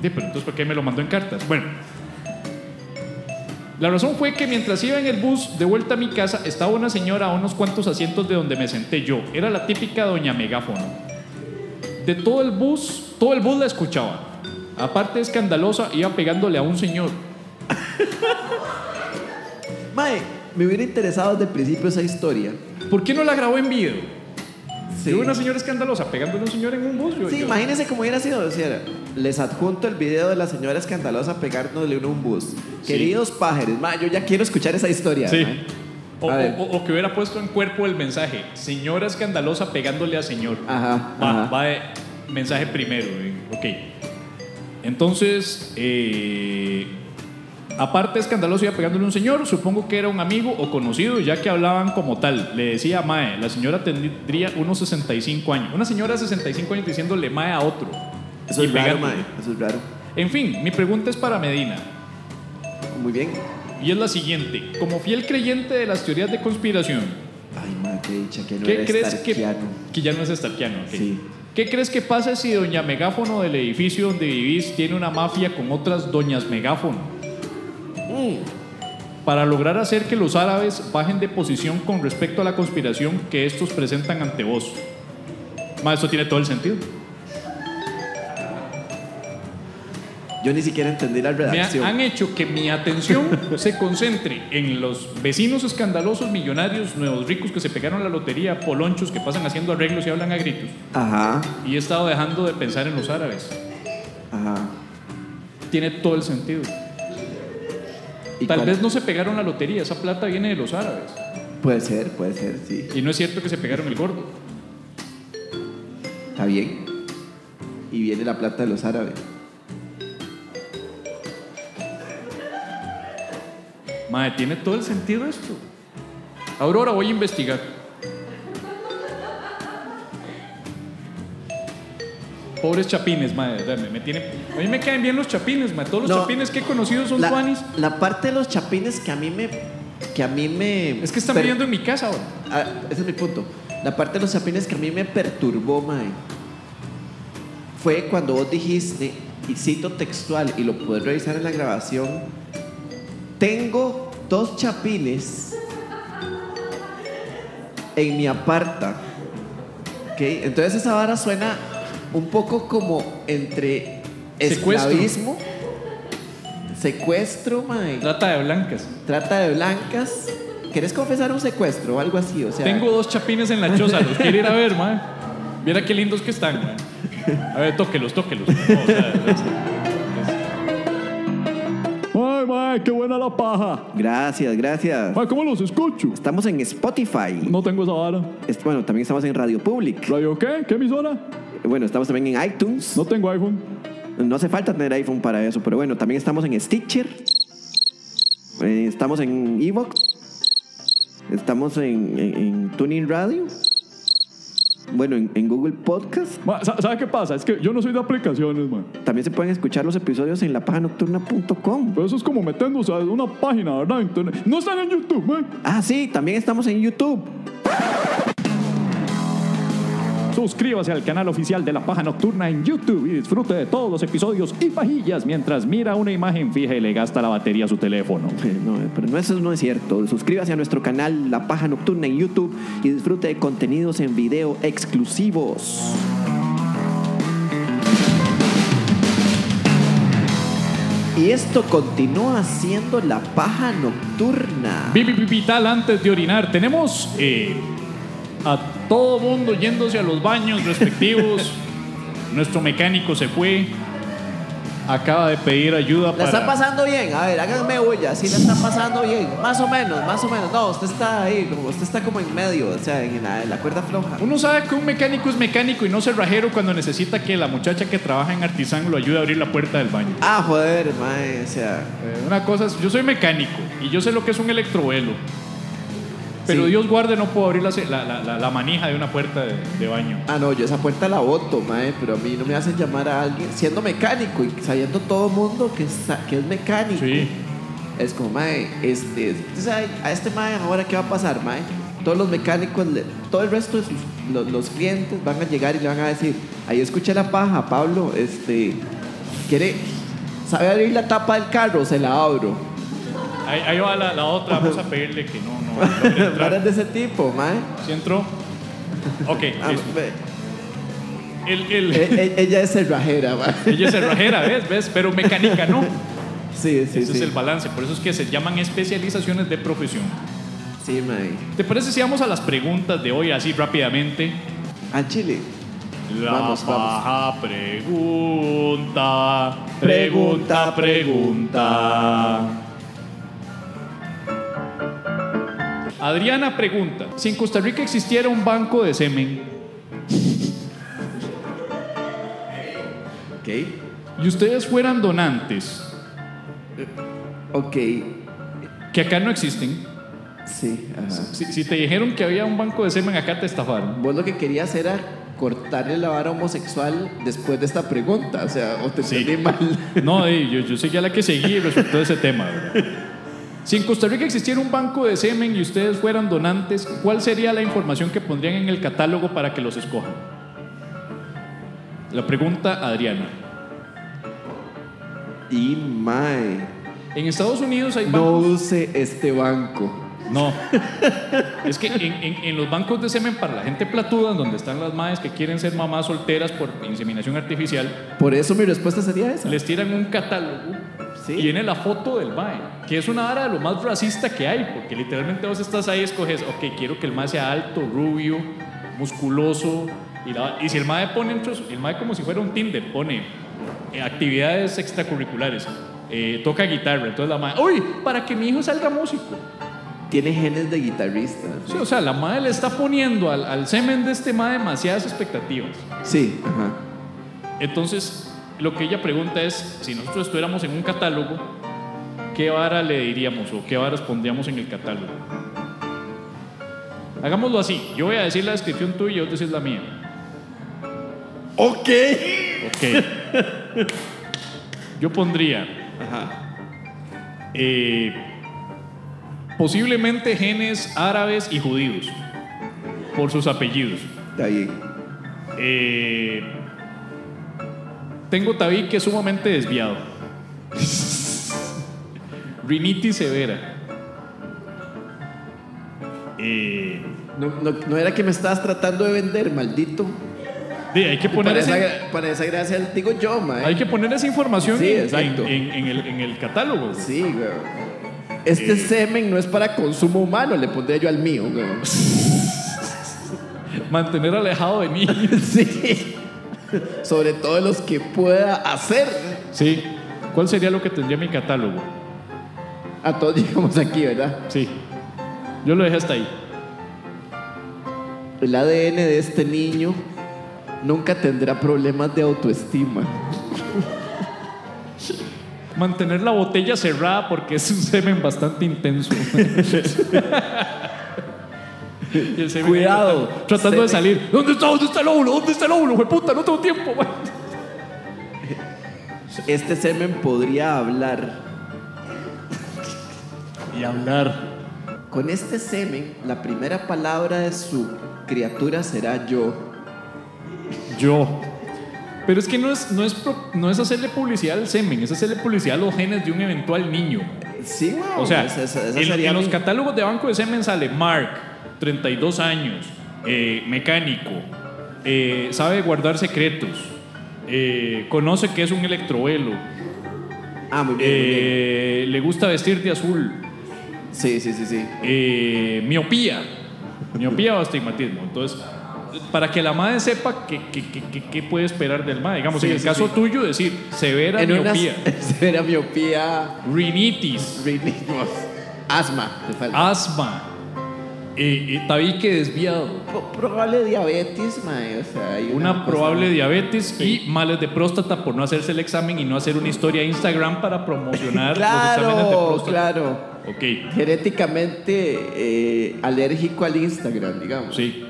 De, pero entonces, ¿por qué me lo mandó en cartas? Bueno. La razón fue que mientras iba en el bus de vuelta a mi casa, estaba una señora a unos cuantos asientos de donde me senté yo. Era la típica doña megáfono. De todo el bus, todo el bus la escuchaba. Aparte de escandalosa, iba pegándole a un señor.
Mae, me hubiera interesado desde el principio esa historia.
¿Por qué no la grabó en video?
Sí.
Yo, una señora escandalosa pegándole a un señor en un bus. Yo,
Sí,
yo-
imagínense cómo hubiera sido. o sea, les adjunto el video de la señora escandalosa pegándole uno a un bus. Queridos pájaros, mae, yo ya quiero escuchar esa historia.
Sí.
mae.
O,
A
o-
ver.
o- o que hubiera puesto en cuerpo el mensaje, señora escandalosa pegándole a señor.
Ajá,
Va,
ajá.
va de mensaje primero, eh, ok. Entonces, eh, aparte de escandaloso iba pegándole a un señor, supongo que era un amigo o conocido, ya que hablaban como tal. Le decía Mae, la señora tendría unos 65 años. Una señora de 65 años diciéndole Mae a otro.
Eso
Y
es raro,
pegándole.
mae. Eso es raro.
En fin, mi pregunta es para Medina.
Muy bien.
Y es la siguiente, como fiel creyente de las teorías de conspiración,
Ay, mae, qué dicha que no
¿Qué
era
crees que,
estarquiano.
que ya no es estarquiano? ok.
Sí.
¿Qué crees que pasa si doña Megáfono del edificio donde vivís tiene una mafia con otras doñas Megáfono? Para lograr hacer que los árabes bajen de posición con respecto a la conspiración que estos presentan ante vos. Más, esto tiene todo el sentido.
Yo ni siquiera entendí la
Me ha-
redacción.
han hecho que mi atención se concentre en los vecinos escandalosos, millonarios, nuevos ricos que se pegaron la lotería, polonchos que pasan haciendo arreglos y hablan a gritos.
Ajá,
Y he estado dejando de pensar en los árabes.
ajá.
tiene todo el sentido.
¿Y
Tal
cuál-
vez no se pegaron la lotería, esa plata viene de los árabes.
Puede ser, puede ser, sí.
Y no es cierto que se pegaron el gordo.
Está bien. Y viene la plata de los árabes.
Madre, tiene todo el sentido esto. Aurora, voy a investigar. Pobres chapines, madre. Me, me tiene, a mí me caen bien los chapines, madre. Todos los
No.
chapines que he conocido son
la,
tuanis.
la parte de los chapines que a mí me. Que a mí me
Es que están
per-
viviendo en mi casa ahora.
Ah, ese es mi punto. La parte de los chapines que a mí me perturbó, mae, fue cuando vos dijiste, y cito textual, y lo puedes revisar en la grabación, tengo dos chapines en mi aparta. ¿Ok? Entonces esa vara suena un poco como entre
Secuestro.
esclavismo, secuestro, mae,
Trata de blancas.
trata de blancas. ¿Querés confesar un secuestro o algo así? O sea,
Tengo dos chapines en la choza, los quiero ir a ver, mae. Mira qué lindos que están, mae. A ver, tóquelos, tóquelos. No, o sea, es- es- Ay, mae, qué buena la paja.
Gracias, gracias.
Mae, ¿cómo los escucho?
Estamos en Spotify.
No tengo esa vara.
Es- bueno, también estamos en Radio Public.
¿Radio qué? ¿Qué emisora?
Bueno, estamos también en iTunes.
No tengo iPhone.
No, hace falta tener iPhone para eso, pero bueno, también estamos en Stitcher. Eh, estamos en Evox. Estamos en, en- en Tuning Radio. Bueno, en, en Google Podcast.
Mae, sa- ¿Sabe qué pasa? Es que yo no soy de aplicaciones, mae.
También se pueden escuchar los episodios en lapajanocturna.com.
Pero eso es como metiéndose a una página, ¿verdad? Internet. No están en YouTube, mae.
Ah, sí, también estamos en YouTube.
Suscríbase al canal oficial de La Paja Nocturna en YouTube y disfrute de todos los episodios y pajillas mientras mira una imagen fija y le gasta la batería a su teléfono.
Eh, No, eh, pero no, eso no es cierto. Suscríbase a nuestro canal La Paja Nocturna en YouTube y disfrute de contenidos en video exclusivos. Y esto continúa siendo La Paja Nocturna.
Vi- vi- vi- Vital antes de orinar. Tenemos eh, a todo mundo yéndose a los baños respectivos. Nuestro mecánico se fue. Acaba de pedir ayuda
¿La
para.
está pasando bien? A ver, háganme bulla. Sí, la está pasando bien. Más o menos, más o menos. No, usted está ahí, como, usted está como en medio, o sea, en la, en la cuerda floja.
Uno sabe que un mecánico es mecánico y no cerrajero cuando necesita que la muchacha que trabaja en Artisán lo ayude a abrir la puerta del baño.
Ah, joder, mae, o sea.
Eh, Una cosa es, yo soy mecánico y yo sé lo que es un electrovelo. Pero
Sí.
Dios guarde, no puedo abrir la, se- la- la- la- la manija de una puerta de, de baño.
Ah, no, yo esa puerta la voto, mae, pero a mí no me hacen llamar a alguien siendo mecánico y sabiendo todo mundo que es, sa- que es mecánico.
Sí.
Es como, mae, este, este- ¿sabe? a este mae ahora qué va a pasar, mae. Todos los mecánicos, le- todo el resto de sus- lo- los, clientes van a llegar y le van a decir, ahí escuché la paja, Pablo, este, quiere, sabe abrir la tapa del carro, se la abro.
Ahí, ahí va la, la otra, vamos a pedirle que no, no. logre entrar.
Varas de ese tipo, mae.
¿Sí entró? Ok,
Ah,
listo.
ve,
El- el-
e- e- ella es cerrajera, mae.
ella es cerrajera, ¿ves? ¿ves? Pero mecánica no.
Sí, sí,
Ese es
sí.
el balance. Por eso es que se llaman especializaciones de profesión.
Sí, mae.
¿Te parece si vamos a las preguntas de hoy así rápidamente?
Al Ah, chile.
La
Vamos, vamos.
paja pregunta, pregunta,
Pregunta,
pregunta. Adriana pregunta, si en Costa Rica existiera un banco de semen
Ok.
y ustedes fueran donantes,
Ok,
que acá no existen,
sí. ajá.
si, si te dijeron que había un banco de semen acá te estafaron.
Vos lo que querías era cortarle la vara homosexual después de esta pregunta, o sea, o te
Sí.
entendí mal.
No, ey, yo, yo seguí a la que seguí y resultó ese tema. ¿verdad? Si en Costa Rica existiera un banco de semen y ustedes fueran donantes, ¿cuál sería la información que pondrían en el catálogo para que los escojan? La pregunta Adriana.
Y mae,
En Estados Unidos hay
no
bancos.
use este banco.
No. Es que en, en- en los bancos de semen para la gente platuda, en donde están las madres que quieren ser mamás solteras por inseminación artificial,
Por eso mi respuesta sería esa.
les tiran un catálogo
Sí.
y viene la foto del mae, que es una vara de lo más racista que hay, porque literalmente vos estás ahí escoges, ok, quiero que el mae sea alto, rubio, musculoso, y, la- y si el mae pone, entre su- el mae como si fuera un Tinder, pone eh, actividades extracurriculares, eh, toca guitarra, entonces la mae, uy, para que mi hijo salga músico.
Tiene genes de guitarrista.
Sí, o sea, la madre le está poniendo al, al semen de este mae demasiadas expectativas.
Sí, ajá.
Entonces, lo que ella pregunta es, si nosotros estuviéramos en un catálogo, ¿qué vara le diríamos o qué varas pondríamos en el catálogo? Hagámoslo así, yo voy a decir la descripción tuya y vos decís la mía.
Ok.
Ok. Yo pondría
Ajá.
eh, posiblemente genes árabes y judíos por sus apellidos.
Está bien.
Eh, tengo tabique sumamente desviado. Rinitis severa. Eh,
No, no, no era que me estabas tratando de vender, maldito.
di, hay que poner
Para
ese-
esa, gra- para esa gracia digo yo, mae.
Hay que poner esa información
Sí,
en- en,
exacto.
en- en el, en el catálogo. güey.
Sí, güey. Este semen no es para consumo humano, le pondría yo al mío, güey.
Mantener alejado de mí.
Sí. Sobre todo los que pueda hacer.
Sí. ¿Cuál sería lo que tendría mi catálogo?
A todos llegamos aquí, ¿verdad?
Sí. Yo lo dejé hasta ahí.
El ADN de este niño nunca tendrá problemas de autoestima.
Mantener la botella cerrada porque es un semen bastante intenso. Y el semen
Cuidado.
ahí Tratando de
Semen.
salir. ¿Dónde está? ¿Dónde está el óvulo? ¿Dónde está el óvulo? puta, no tengo tiempo. güey.
Este semen podría hablar.
Y hablar.
Con este semen, la primera palabra de su criatura será yo.
Yo. Pero es que no es, no es, pro- no es hacerle publicidad al semen, es hacerle publicidad a los genes de un eventual niño.
Sí, güey.
O sea,
esa, esa- esa
en,
sería
en los
mi-
catálogos de banco de semen sale Mark, 32 años, eh, mecánico, eh, sabe guardar secretos, eh, conoce que es un electrovelo,
Ah, muy bien, muy bien.
eh, le gusta vestir de azul,
Sí, sí, sí, sí.
eh, miopía, miopía o astigmatismo. Entonces, para que la madre sepa qué que, que- que- que puede esperar del madre. Digamos,
Sí,
en el
sí,
caso
sí.
tuyo, decir severa miopía,
una severa miopía,
rinitis,
rinismos, asma, te falta.
asma, eh, eh, tabique desviado.
Po- probable diabetes, mae, o sea, hay
Ah. Una
cosa-
probable diabetes y males de próstata por no hacerse el examen y no hacer una historia de Instagram para promocionar los exámenes de
Claro,
próstata.
claro.
Ok,
Genéticamente eh, alérgico al Instagram, digamos.
sí.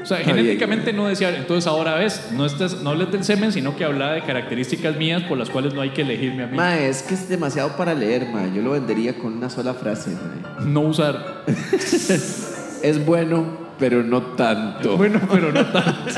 O sea,
Está bien.
genéticamente no desear. Entonces ahora ves, no, estés, no hables del semen, sino que habla de características mías por las cuales no hay que elegirme a mí.
Mae, es que es demasiado para leer, mae. Yo lo vendería con una sola frase, mae.
No usar.
Es bueno, pero no tanto.
Bueno, pero no tanto.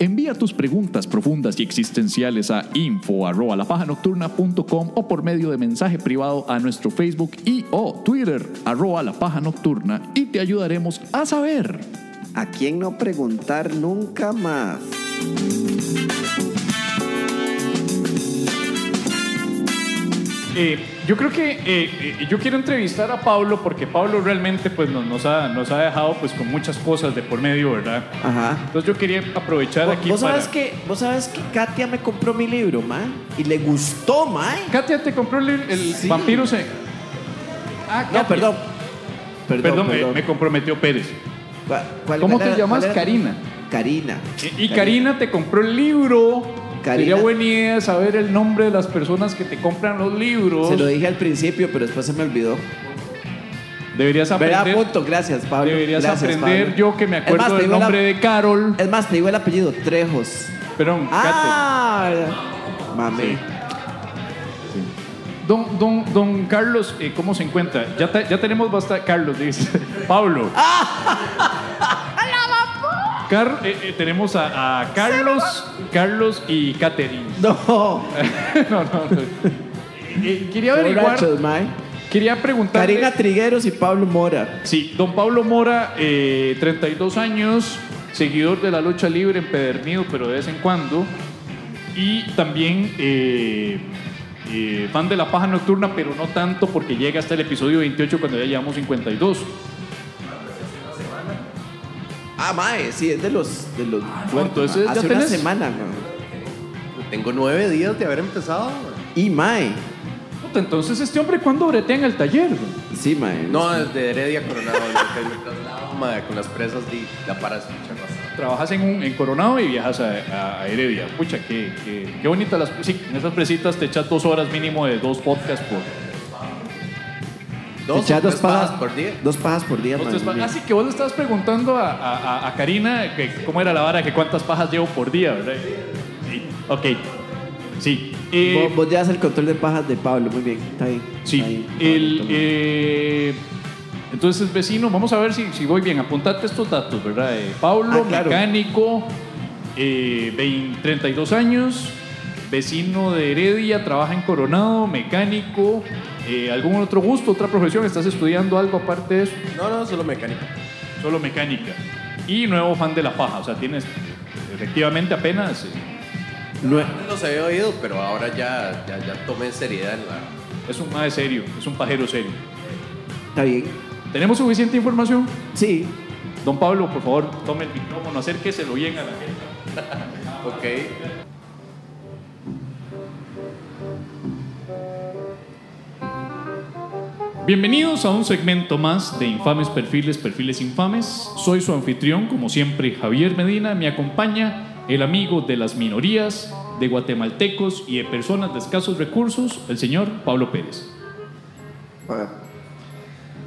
Envía tus preguntas profundas y existenciales a info@lapajanocturna.com o por medio de mensaje privado a nuestro Facebook y o Twitter arroba la paja nocturna y te ayudaremos a saber.
¿A quién no preguntar nunca más?
Eh, yo creo que eh, eh, yo quiero entrevistar a Pablo porque Pablo realmente pues nos, nos ha, nos ha dejado pues con muchas cosas de por medio, ¿verdad?
Ajá.
Entonces yo quería aprovechar
Vos-
aquí
¿Vos,
para...
sabes que, vos sabes que Katia me compró mi libro, mae, y le gustó, mae.
Katia te compró el, el
Sí.
vampiro se... Ah,
No,
Katia.
perdón. Perdón,
Perdón, me-
perdón.
Me, comprometió Pérez.
¿Cuál- cuál-
¿Cómo
cuál
te
era-
llamas?
cuál era?
Karina.
Karina.
Y, y Karina te compró el libro.
Karina.
Sería buena idea saber el nombre de las personas que te compran los libros.
Se lo dije al principio, pero después se me olvidó.
Deberías
¿Verdad?
aprender.
Punto. Gracias, Pablo.
Deberías
Gracias,
aprender.
Pablo.
Yo que me
Es
acuerdo
más, te
del
digo la-
nombre de Carol.
Es más, te digo el apellido, Trejos.
Perdón,
¡Ah! Mame.
Sí. Kate. Don, don, don Carlos, eh, ¿cómo se encuentra? Ya, te- ya tenemos bastante. Carlos, dice. Pablo. Car- eh, eh, tenemos a, a Carlos, Carlos y Catherine.
No.
no, no, no. Eh, quería averiguar.
Borrachos, mae.
Quería preguntarle.
Karina Trigueros y Pablo Mora.
Sí, don Pablo Mora, eh, 32 años, seguidor de la lucha libre, empedernido, pero de vez en cuando. Y también eh, eh, fan de la paja nocturna, pero no tanto porque llega hasta el episodio 28 cuando ya llevamos 52.
Ah, mae, sí, es de los. De los
entonces
fuertes, mae.
ya
Hace
tenés.
una semana, mae.
Tengo nueve días de haber empezado.
Y mae.
Puta, entonces este hombre, ¿cuándo bretea en el taller? güey?
Sí, mae.
No, desde Heredia Coronado. desde mi traslado, madre, con las presas de la para escuchar más.
Trabajas en, un- en Coronado y viajas a, a Heredia. Pucha, qué, qué, qué bonita las... Sí, en esas presitas te echas dos horas mínimo de dos podcasts por...
Dos o
Echás dos
tres pajas
pajas
por día.
Dos pajas por día,
Vos
madre
te-
mía.
ah, sí, que vos le estabas preguntando a, a- a- a Karina que cómo era la vara, que cuántas pajas llevo por día, ¿verdad? Sí. Ok. Sí. Eh,
Vos, vos llevas el control de pajas de Pablo, muy bien, está bien. está
sí.
bien,
El,
Pablo, toma.
eh, entonces, vecino, vamos a ver si, si voy bien. Apuntate estos datos, ¿verdad? Eh, Pablo,
Ah, claro.
mecánico, eh, 20 32 años, vecino de Heredia, trabaja en Coronado, mecánico. eh, ¿Algún otro gusto, otra profesión? ¿Estás estudiando algo aparte de eso?
No, no, solo mecánica.
solo mecánica. Y nuevo fan de la paja, o sea, tienes efectivamente apenas. eh,
Nue-
Los había oído, pero ahora ya, ya, ya tomé seriedad en la...
Es un mae serio, es un pajero serio.
está bien.
¿Tenemos suficiente información?
Sí,
Don Pablo, por favor, tome el micrófono, acérqueselo bien a la gente.
Ok.
Bienvenidos a un segmento más de Infames Perfiles, Perfiles Infames. Soy su anfitrión, como siempre, Javier Medina. Me acompaña el amigo de las minorías, de guatemaltecos y de personas de escasos recursos, el señor Pablo Pérez.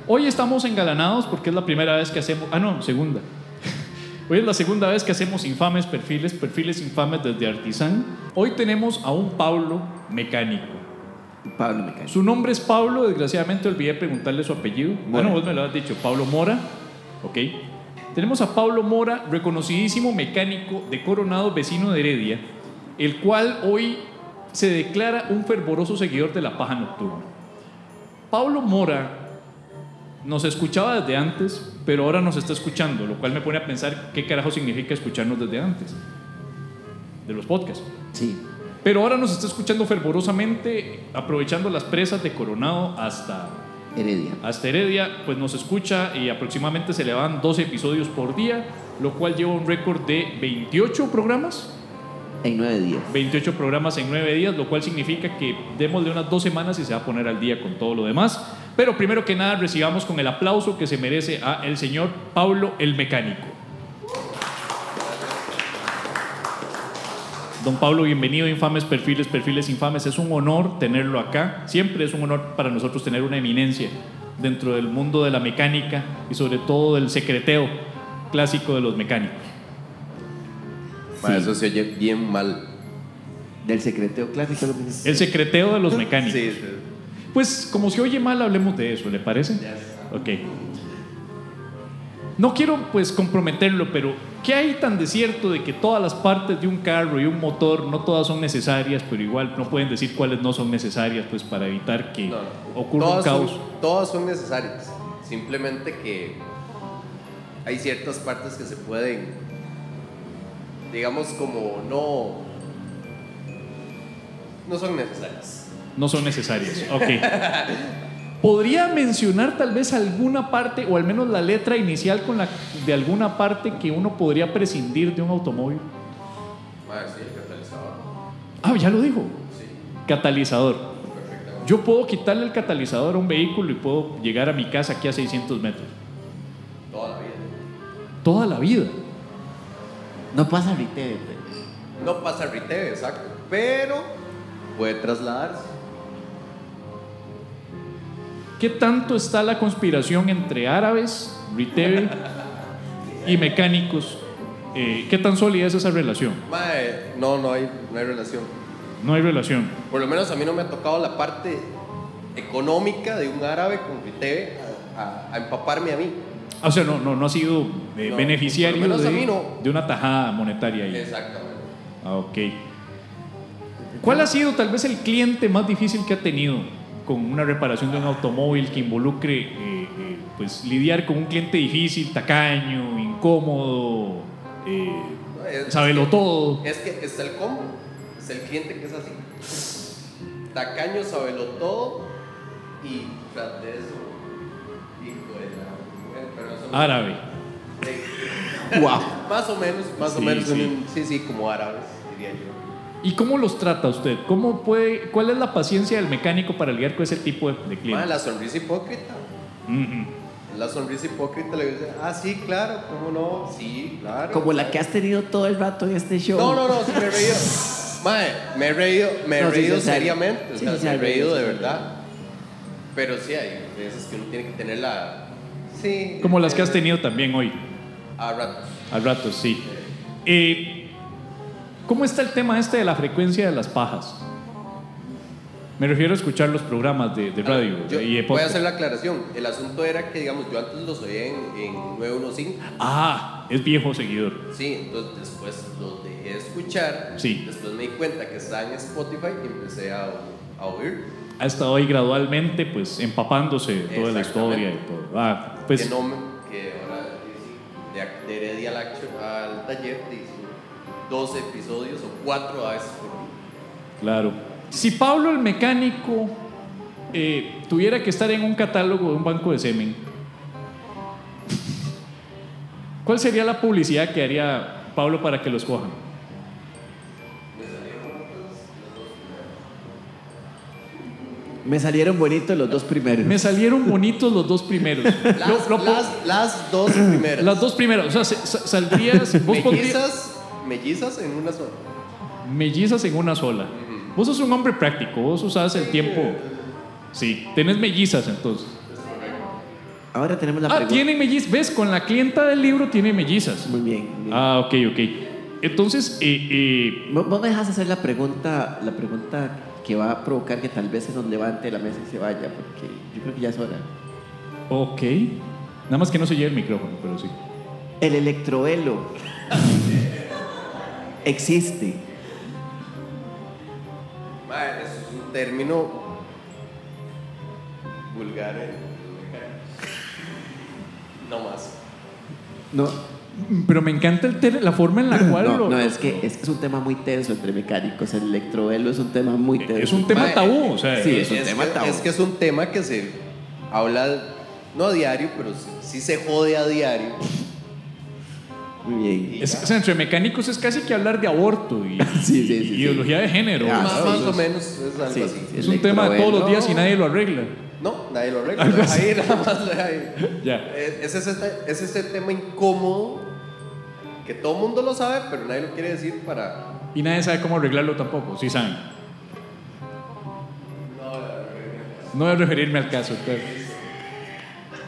Hoy estamos engalanados porque es la primera vez que hacemos, ah no, segunda. Hoy es la segunda vez que hacemos infames perfiles, perfiles infames desde Artisan. Hoy tenemos a un Pablo mecánico.
Pablo me cae.
Su nombre es Pablo, desgraciadamente olvidé preguntarle su apellido. Bueno,
Mora.
vos me lo has dicho, Pablo Mora. Ok. Tenemos a Pablo Mora, reconocidísimo mecánico de Coronado, vecino de Heredia, el cual hoy se declara un fervoroso seguidor de la paja nocturna. Pablo Mora nos escuchaba desde antes, pero ahora nos está escuchando, lo cual me pone a pensar qué carajo significa escucharnos desde antes de los podcasts.
Sí.
Pero ahora nos está escuchando fervorosamente, aprovechando las presas de Coronado hasta,
Heredia.
hasta Heredia, pues nos escucha y aproximadamente se le van 12 episodios por día, lo cual lleva un récord de 28 programas.
En nueve días.
28 programas en 9 días, lo cual significa que démosle unas dos semanas y se va a poner al día con todo lo demás. Pero primero que nada, recibamos con el aplauso que se merece a el señor Pablo el Mecánico. Don Pablo, bienvenido a Infames Perfiles, Perfiles Infames. Es un honor tenerlo acá. Siempre es un honor para nosotros tener una eminencia dentro del mundo de la mecánica y sobre todo del secreteo clásico de los mecánicos.
Ma, Eso se oye bien mal.
Del secreteo clásico lo que dices.
El secreteo de los mecánicos.
Sí, sí.
Pues como se oye mal, hablemos de eso, ¿le parece? Ok. No quiero pues comprometerlo, pero ¿qué hay tan de cierto de que todas las partes de un carro y un motor no todas son necesarias, pero igual no pueden decir cuáles no son necesarias pues para evitar que
No, no.
ocurra un
Todas
caos?
Son, todas son necesarias. Simplemente que hay ciertas partes que se pueden, digamos, como no. No son necesarias.
No son necesarias. Ok. ¿Podría mencionar tal vez alguna parte o al menos la letra inicial con la de alguna parte que uno podría prescindir de un automóvil?
Ma, Ah, sí, el catalizador.
Ah, ya lo dijo.
Sí,
Catalizador.
perfectamente.
Yo puedo quitarle el catalizador a un vehículo y puedo llegar a mi casa aquí a 600 metros.
Toda la vida.
Toda la vida.
No pasa Riteve, pero.
No pasa retail, exacto. Pero puede trasladarse.
¿Qué tanto está la conspiración entre árabes, Riteve y mecánicos? Eh, ¿Qué tan sólida es esa relación?
Ma, eh, no, no hay, no hay relación.
No hay relación.
Por lo menos a mí no me ha tocado la parte económica de un árabe con retail a- a- a empaparme a mí.
O sea, no, no, no ha sido eh,
No,
beneficiario
por lo menos
de,
a mí no.
de una tajada monetaria. ahí.
Exactamente.
Ah, ok. ¿Cuál ha sido tal vez el cliente más difícil que ha tenido con una reparación de un automóvil que involucre eh, eh, pues, lidiar con un cliente difícil, tacaño, incómodo, eh,
Es-
sabelo todo?
Es que está el combo, es el cliente que es así. Tacaño, sabelo todo y tras de eso, hijo de la. bueno, pero eso-
Ah.
Árabe.
Sí. Más o menos, más o
Sí,
menos.
sí.
un- sí, sí, como árabes, diría yo.
¿Y cómo los trata usted? ¿Cómo puede, ¿Cuál es la paciencia del mecánico para lidiar con ese tipo de, de
Ma,
clientes?
Ah, la sonrisa hipócrita.
Ujú.
La sonrisa hipócrita le dice, ah, sí, claro, cómo no, sí, claro.
Como la que has tenido todo el rato en este show.
No, no, no, sí me he reído. Mae, me he reído, me he
No, sí,
reído
sí, sí.
seriamente. o
Sí,
sea,
sí,
me he
sí,
reído
sí,
de
sí.
verdad. Pero sí hay veces que uno tiene que tener la. Sí.
Como las que has tenido también hoy,
A ratos.
al rato, sí. Eh, ¿Cómo está el tema este de la frecuencia de las pajas? Me refiero a escuchar los programas de, de radio
Yo
y de
voy a
podcast.
hacer la aclaración. El asunto era que, digamos, yo antes los oía en, en 915.
Ah, es viejo seguidor.
Sí, entonces después los dejé escuchar.
Sí.
Después me di cuenta que estaba en Spotify y empecé a, a oír.
Ha estado ahí gradualmente, pues, empapándose de toda la historia y
Exactamente.
todo. Ah, pues,
que no me- que ahora eh, sí, de, ac- de Heredia al, actu- al taller hice 12 episodios o 4 a veces por
Claro. Si Pablo el mecánico eh, tuviera que estar en un catálogo de un banco de semen, ¿cuál sería la publicidad que haría Pablo para que los cojan?
Me salieron bonitos los dos primeros.
Me salieron bonitos los dos primeros.
Las,
Yo- yo po-
las, las dos primeras.
las dos primeras. O sea, se- sa- saldrías. Vos pondrías
mellizas, mellizas en una sola.
mellizas en una sola. Vos sos un hombre práctico. Vos usás el tiempo. Sí, tenés mellizas entonces.
Ahora tenemos la
Ah,
pregunta.
tiene mellizas. ¿Ves? Con la clienta del libro tiene mellizas.
Muy bien. muy bien.
Ah, ok, ok. Entonces, eh, eh,
¿Vos vos me dejas hacer la pregunta, la pregunta que va a provocar que tal vez se nos levante de la mesa y se vaya? Porque yo creo que ya es hora.
ok. Nada más que no se lleve el micrófono, pero sí.
El electrovelo existe.
Mae, eso es un término vulgar. eh. No más.
No,
Pero me encanta el ter- la forma en la cual
no,
lo-
no, es que es, que es un tema muy tenso entre mecánicos. El electrovelo es un tema muy tenso.
es un tema
Mae,
tabú, o sea,
sí. es un tema
que,
tabú.
Es que es un tema que se habla, no a diario, pero sí, sí se jode a diario.
Muy bien.
es- o sea, entre mecánicos es casi que hablar de aborto y,
Sí, sí, sí,
y
sí.
ideología de género.
Ah,
más
sí,
más
sí,
o
sí.
menos es algo
Sí,
así.
sí.
es un tema de todos los
Electrovelo.
días y nadie lo arregla.
No, nadie lo arregla. Ahí nada más lo deja ahí.
Ya.
Es, es ese, es ese tema incómodo que todo el mundo lo sabe, pero nadie lo quiere decir para.
Y nadie sabe cómo arreglarlo tampoco, sí saben. No voy a referirme al caso, claro.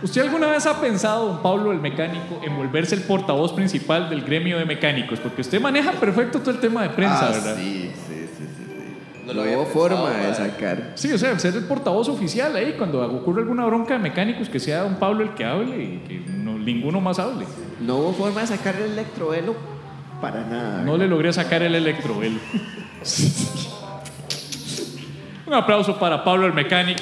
¿Usted alguna vez ha pensado, don Pablo, el mecánico, en volverse el portavoz principal del gremio de mecánicos? Porque usted maneja perfecto todo el tema de prensa,
Ah,
¿verdad?
sí, sí, sí, sí, sí.
No
No,
lo había pensado,
forma
madre.
de sacar.
Sí, o sea, ser el portavoz oficial ahí, cuando ocurre alguna bronca de mecánicos, que sea don Pablo el que hable y que no- ninguno más hable.
No hubo forma de sacar el electrovelo para nada.
No le logré sacar el electrobel. Un aplauso para Pablo el mecánico.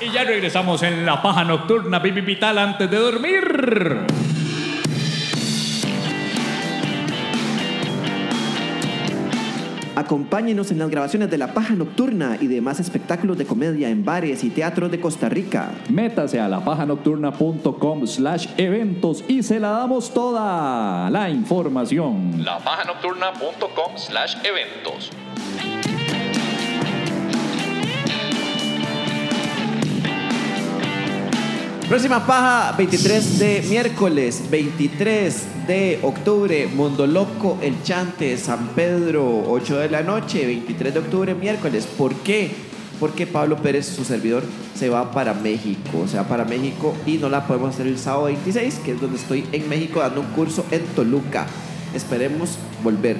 Y ya regresamos en la paja nocturna pipipital antes de dormir.
Acompáñenos en las grabaciones de La Paja Nocturna y demás espectáculos de comedia en bares y teatros de Costa Rica.
Métase a lapajanocturna.com slash eventos y se la damos toda la información.
Lapajanocturna.com slash eventos.
Próxima paja, 23 de miércoles, 23 de octubre, Mundo Loco, El Chante, San Pedro, 8 de la noche, 23 de octubre, miércoles. ¿Por qué? Porque Pablo Pérez, su servidor, se va para México, se va para México y no la podemos hacer el sábado 26, que es donde estoy en México dando un curso en Toluca. Esperemos volver.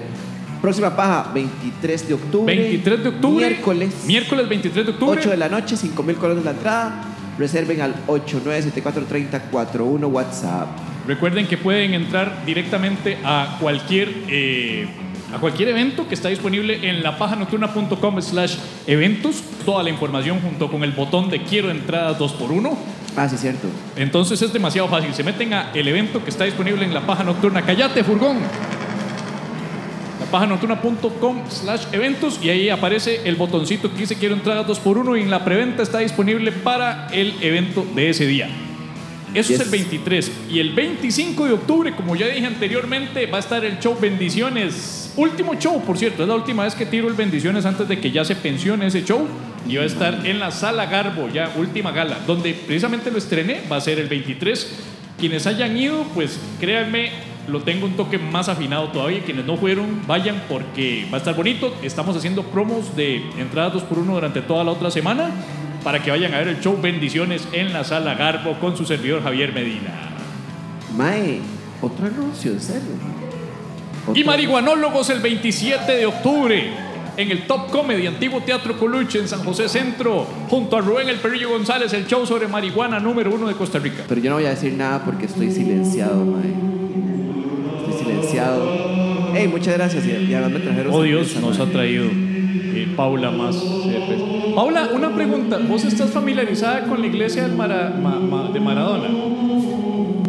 Próxima paja, 23 de octubre.
23 de octubre.
Miércoles.
Miércoles 23 de octubre.
8 de la noche, 5 mil colones la entrada. Reserven al 89743041 WhatsApp.
Recuerden que pueden entrar directamente a cualquier, eh, a cualquier evento que está disponible en lapajanocturna.com slash eventos. Toda la información junto con el botón de quiero entradas 2x1.
Ah, sí, cierto.
Entonces es demasiado fácil. Se meten a el evento que está disponible en la paja nocturna. Callate, furgón. Lapajanocturna.com slash eventos y ahí aparece el botoncito que dice quiero entradas 2x1 y en la preventa está disponible para el evento de ese día. Eso
Yes.
es el 23. Y el 25 de octubre, como ya dije anteriormente, va a estar el show Bendiciones. Último show, por cierto. Es la última vez que tiro el Bendiciones antes de que ya se pensione ese show. Y va a estar en la sala Garbo, ya última gala, donde precisamente lo estrené. Va a ser el 23. Quienes hayan ido, pues créanme, lo tengo un toque más afinado todavía. Quienes no fueron, vayan porque va a estar bonito. Estamos haciendo promos de entradas 2x1 durante toda la otra semana para que vayan a ver el show Bendiciones en la sala Garbo con su servidor Javier Medina.
Mae, otro anuncio, en serio.
Y
Otro-
Marihuanólogos el 27 de octubre en el Top Comedy Antiguo Teatro Coluche en San José Centro junto a Rubén El Perrillo González, el show sobre marihuana número uno de Costa Rica.
Pero yo no voy a decir nada porque estoy silenciado, mae. Estoy silenciado. Hey, muchas gracias. Y y además me trajeron.
Oh Dios,
cerveza,
nos ha
mae.
traído eh, Paula más. cerveza. Paula, una pregunta. ¿Vos estás familiarizada con la iglesia del Mara- Ma- Ma- de Maradona?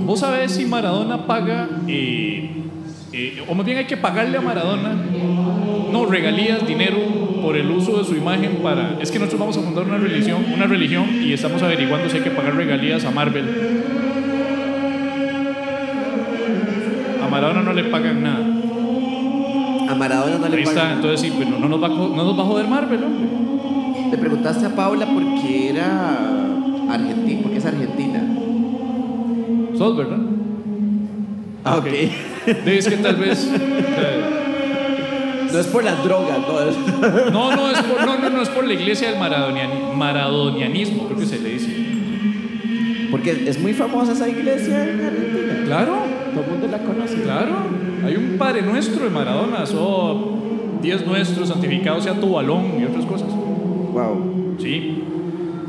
¿Vos sabés si Maradona paga, eh, eh, o más bien hay que pagarle a Maradona, no, regalías, dinero por el uso de su imagen para... Es que nosotros vamos a fundar una religión, una religión y estamos averiguando si hay que pagar regalías a Marvel. A Maradona no le pagan nada.
A Maradona no
Ahí
le
está,
pagan.
entonces sí, pero no nos va a, co- no nos va a joder Marvel, hombre.
Le preguntaste a Paula por qué era argentina, porque es argentina.
Sos, ¿verdad?
Ah,
Ok.
ok.
Es que tal vez. eh,
No es por las drogas, no. es-
No, no es por, no, no, no es por la iglesia del maradoniani- maradonianismo, creo que se le dice.
Porque es muy famosa esa iglesia en Argentina.
Claro,
Todo el mundo la conoce.
claro. Hay un padre nuestro de Maradona, o diez nuestros, santificado sea tu balón y otras cosas.
Wow.
Sí,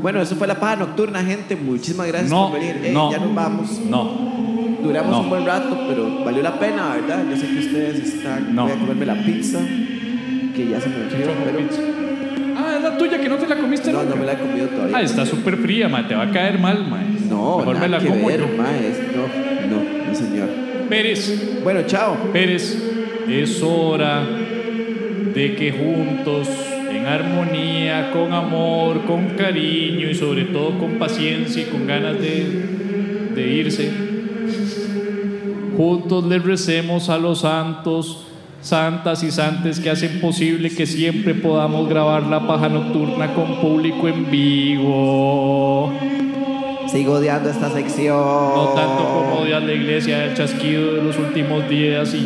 Bueno, eso fue la paja nocturna, gente. Muchísimas gracias
no,
por venir. Ey,
no,
Ya nos vamos.
no.
Duramos
No.
un buen rato, pero valió la pena, ¿verdad? Yo sé que ustedes están.
No.
Voy a comerme la pizza, que ya se me enfrió, pero.
Ah, es la tuya que no te la comiste
No, no
nunca.
me la he comido todavía.
Ah, está súper fría, ma, te va a caer mal, ma.
No,
Mejor
nada
me la
que
como
ver,
yo.
ma, es- No, no, no, señor.
Pérez.
Bueno, chao.
Pérez, es hora de que juntos, en armonía, con amor, con cariño y sobre todo con paciencia y con ganas de, de irse, juntos les recemos a los santos, santas y santes que hacen posible que siempre podamos grabar la paja nocturna con público en vivo.
Sigo odiando esta sección.
No tanto como odias la iglesia, el chasquido de los últimos días y,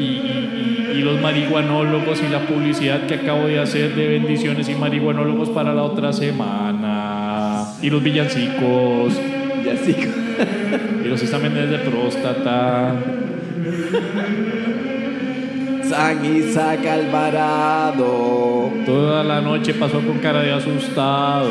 y- y- y- y los marihuanólogos y la publicidad que acabo de hacer de bendiciones y marihuanólogos para la otra semana. Y los villancicos,
Ya sigo.
y los exámenes de próstata.
San Isaac Alvarado,
Toda la noche pasó con cara de asustado.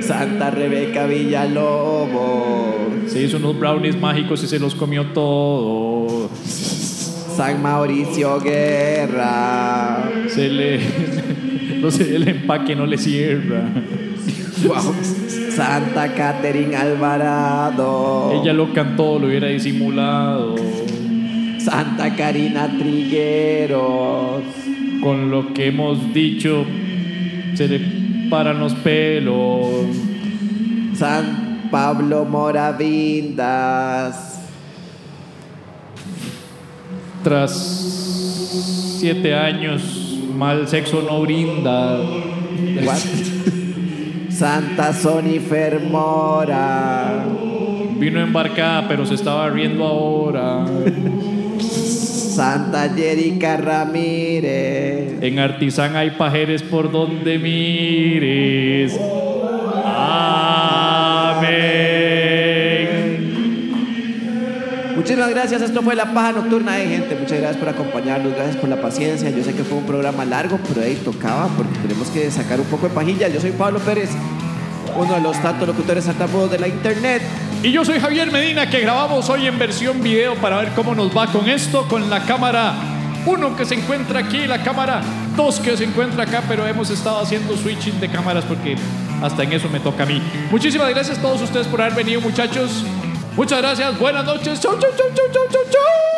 Santa Rebeca Villalobos,
Se hizo unos brownies mágicos y se los comió todo.
San Mauricio Guerra.
Se le. No sé, el empaque no le cierra.
Wow. Santa Catherine Alvarado.
Ella lo cantó, lo hubiera disimulado.
Santa Karina Trigueros.
Con lo que hemos dicho, se le paran los pelos.
San Pablo Moravindas.
Tras siete años, mal sexo no brinda.
What? Santa Sonifer Mora.
Vino embarcada, pero se estaba riendo ahora.
Santa Jerica Ramírez.
En Artizán hay pajeres por donde mires. Amén.
Muchísimas gracias. Esto fue La Paja Nocturna, eh, gente. Muchas gracias por acompañarnos. Gracias por la paciencia. Yo sé que fue un programa largo, pero ahí tocaba porque tenemos que sacar un poco de pajilla. Yo soy Pablo Pérez, uno de los tantos locutores atapudos de la internet.
Y yo soy Javier Medina, que grabamos hoy en versión video para ver cómo nos va con esto, con la cámara 1 que se encuentra aquí, la cámara 2 que se encuentra acá, pero hemos estado haciendo switching de cámaras porque hasta en eso me toca a mí. Muchísimas gracias a todos ustedes por haber venido, muchachos. Muchas gracias, buenas noches. Chau, chau, chau, chau, chau, chau, chau.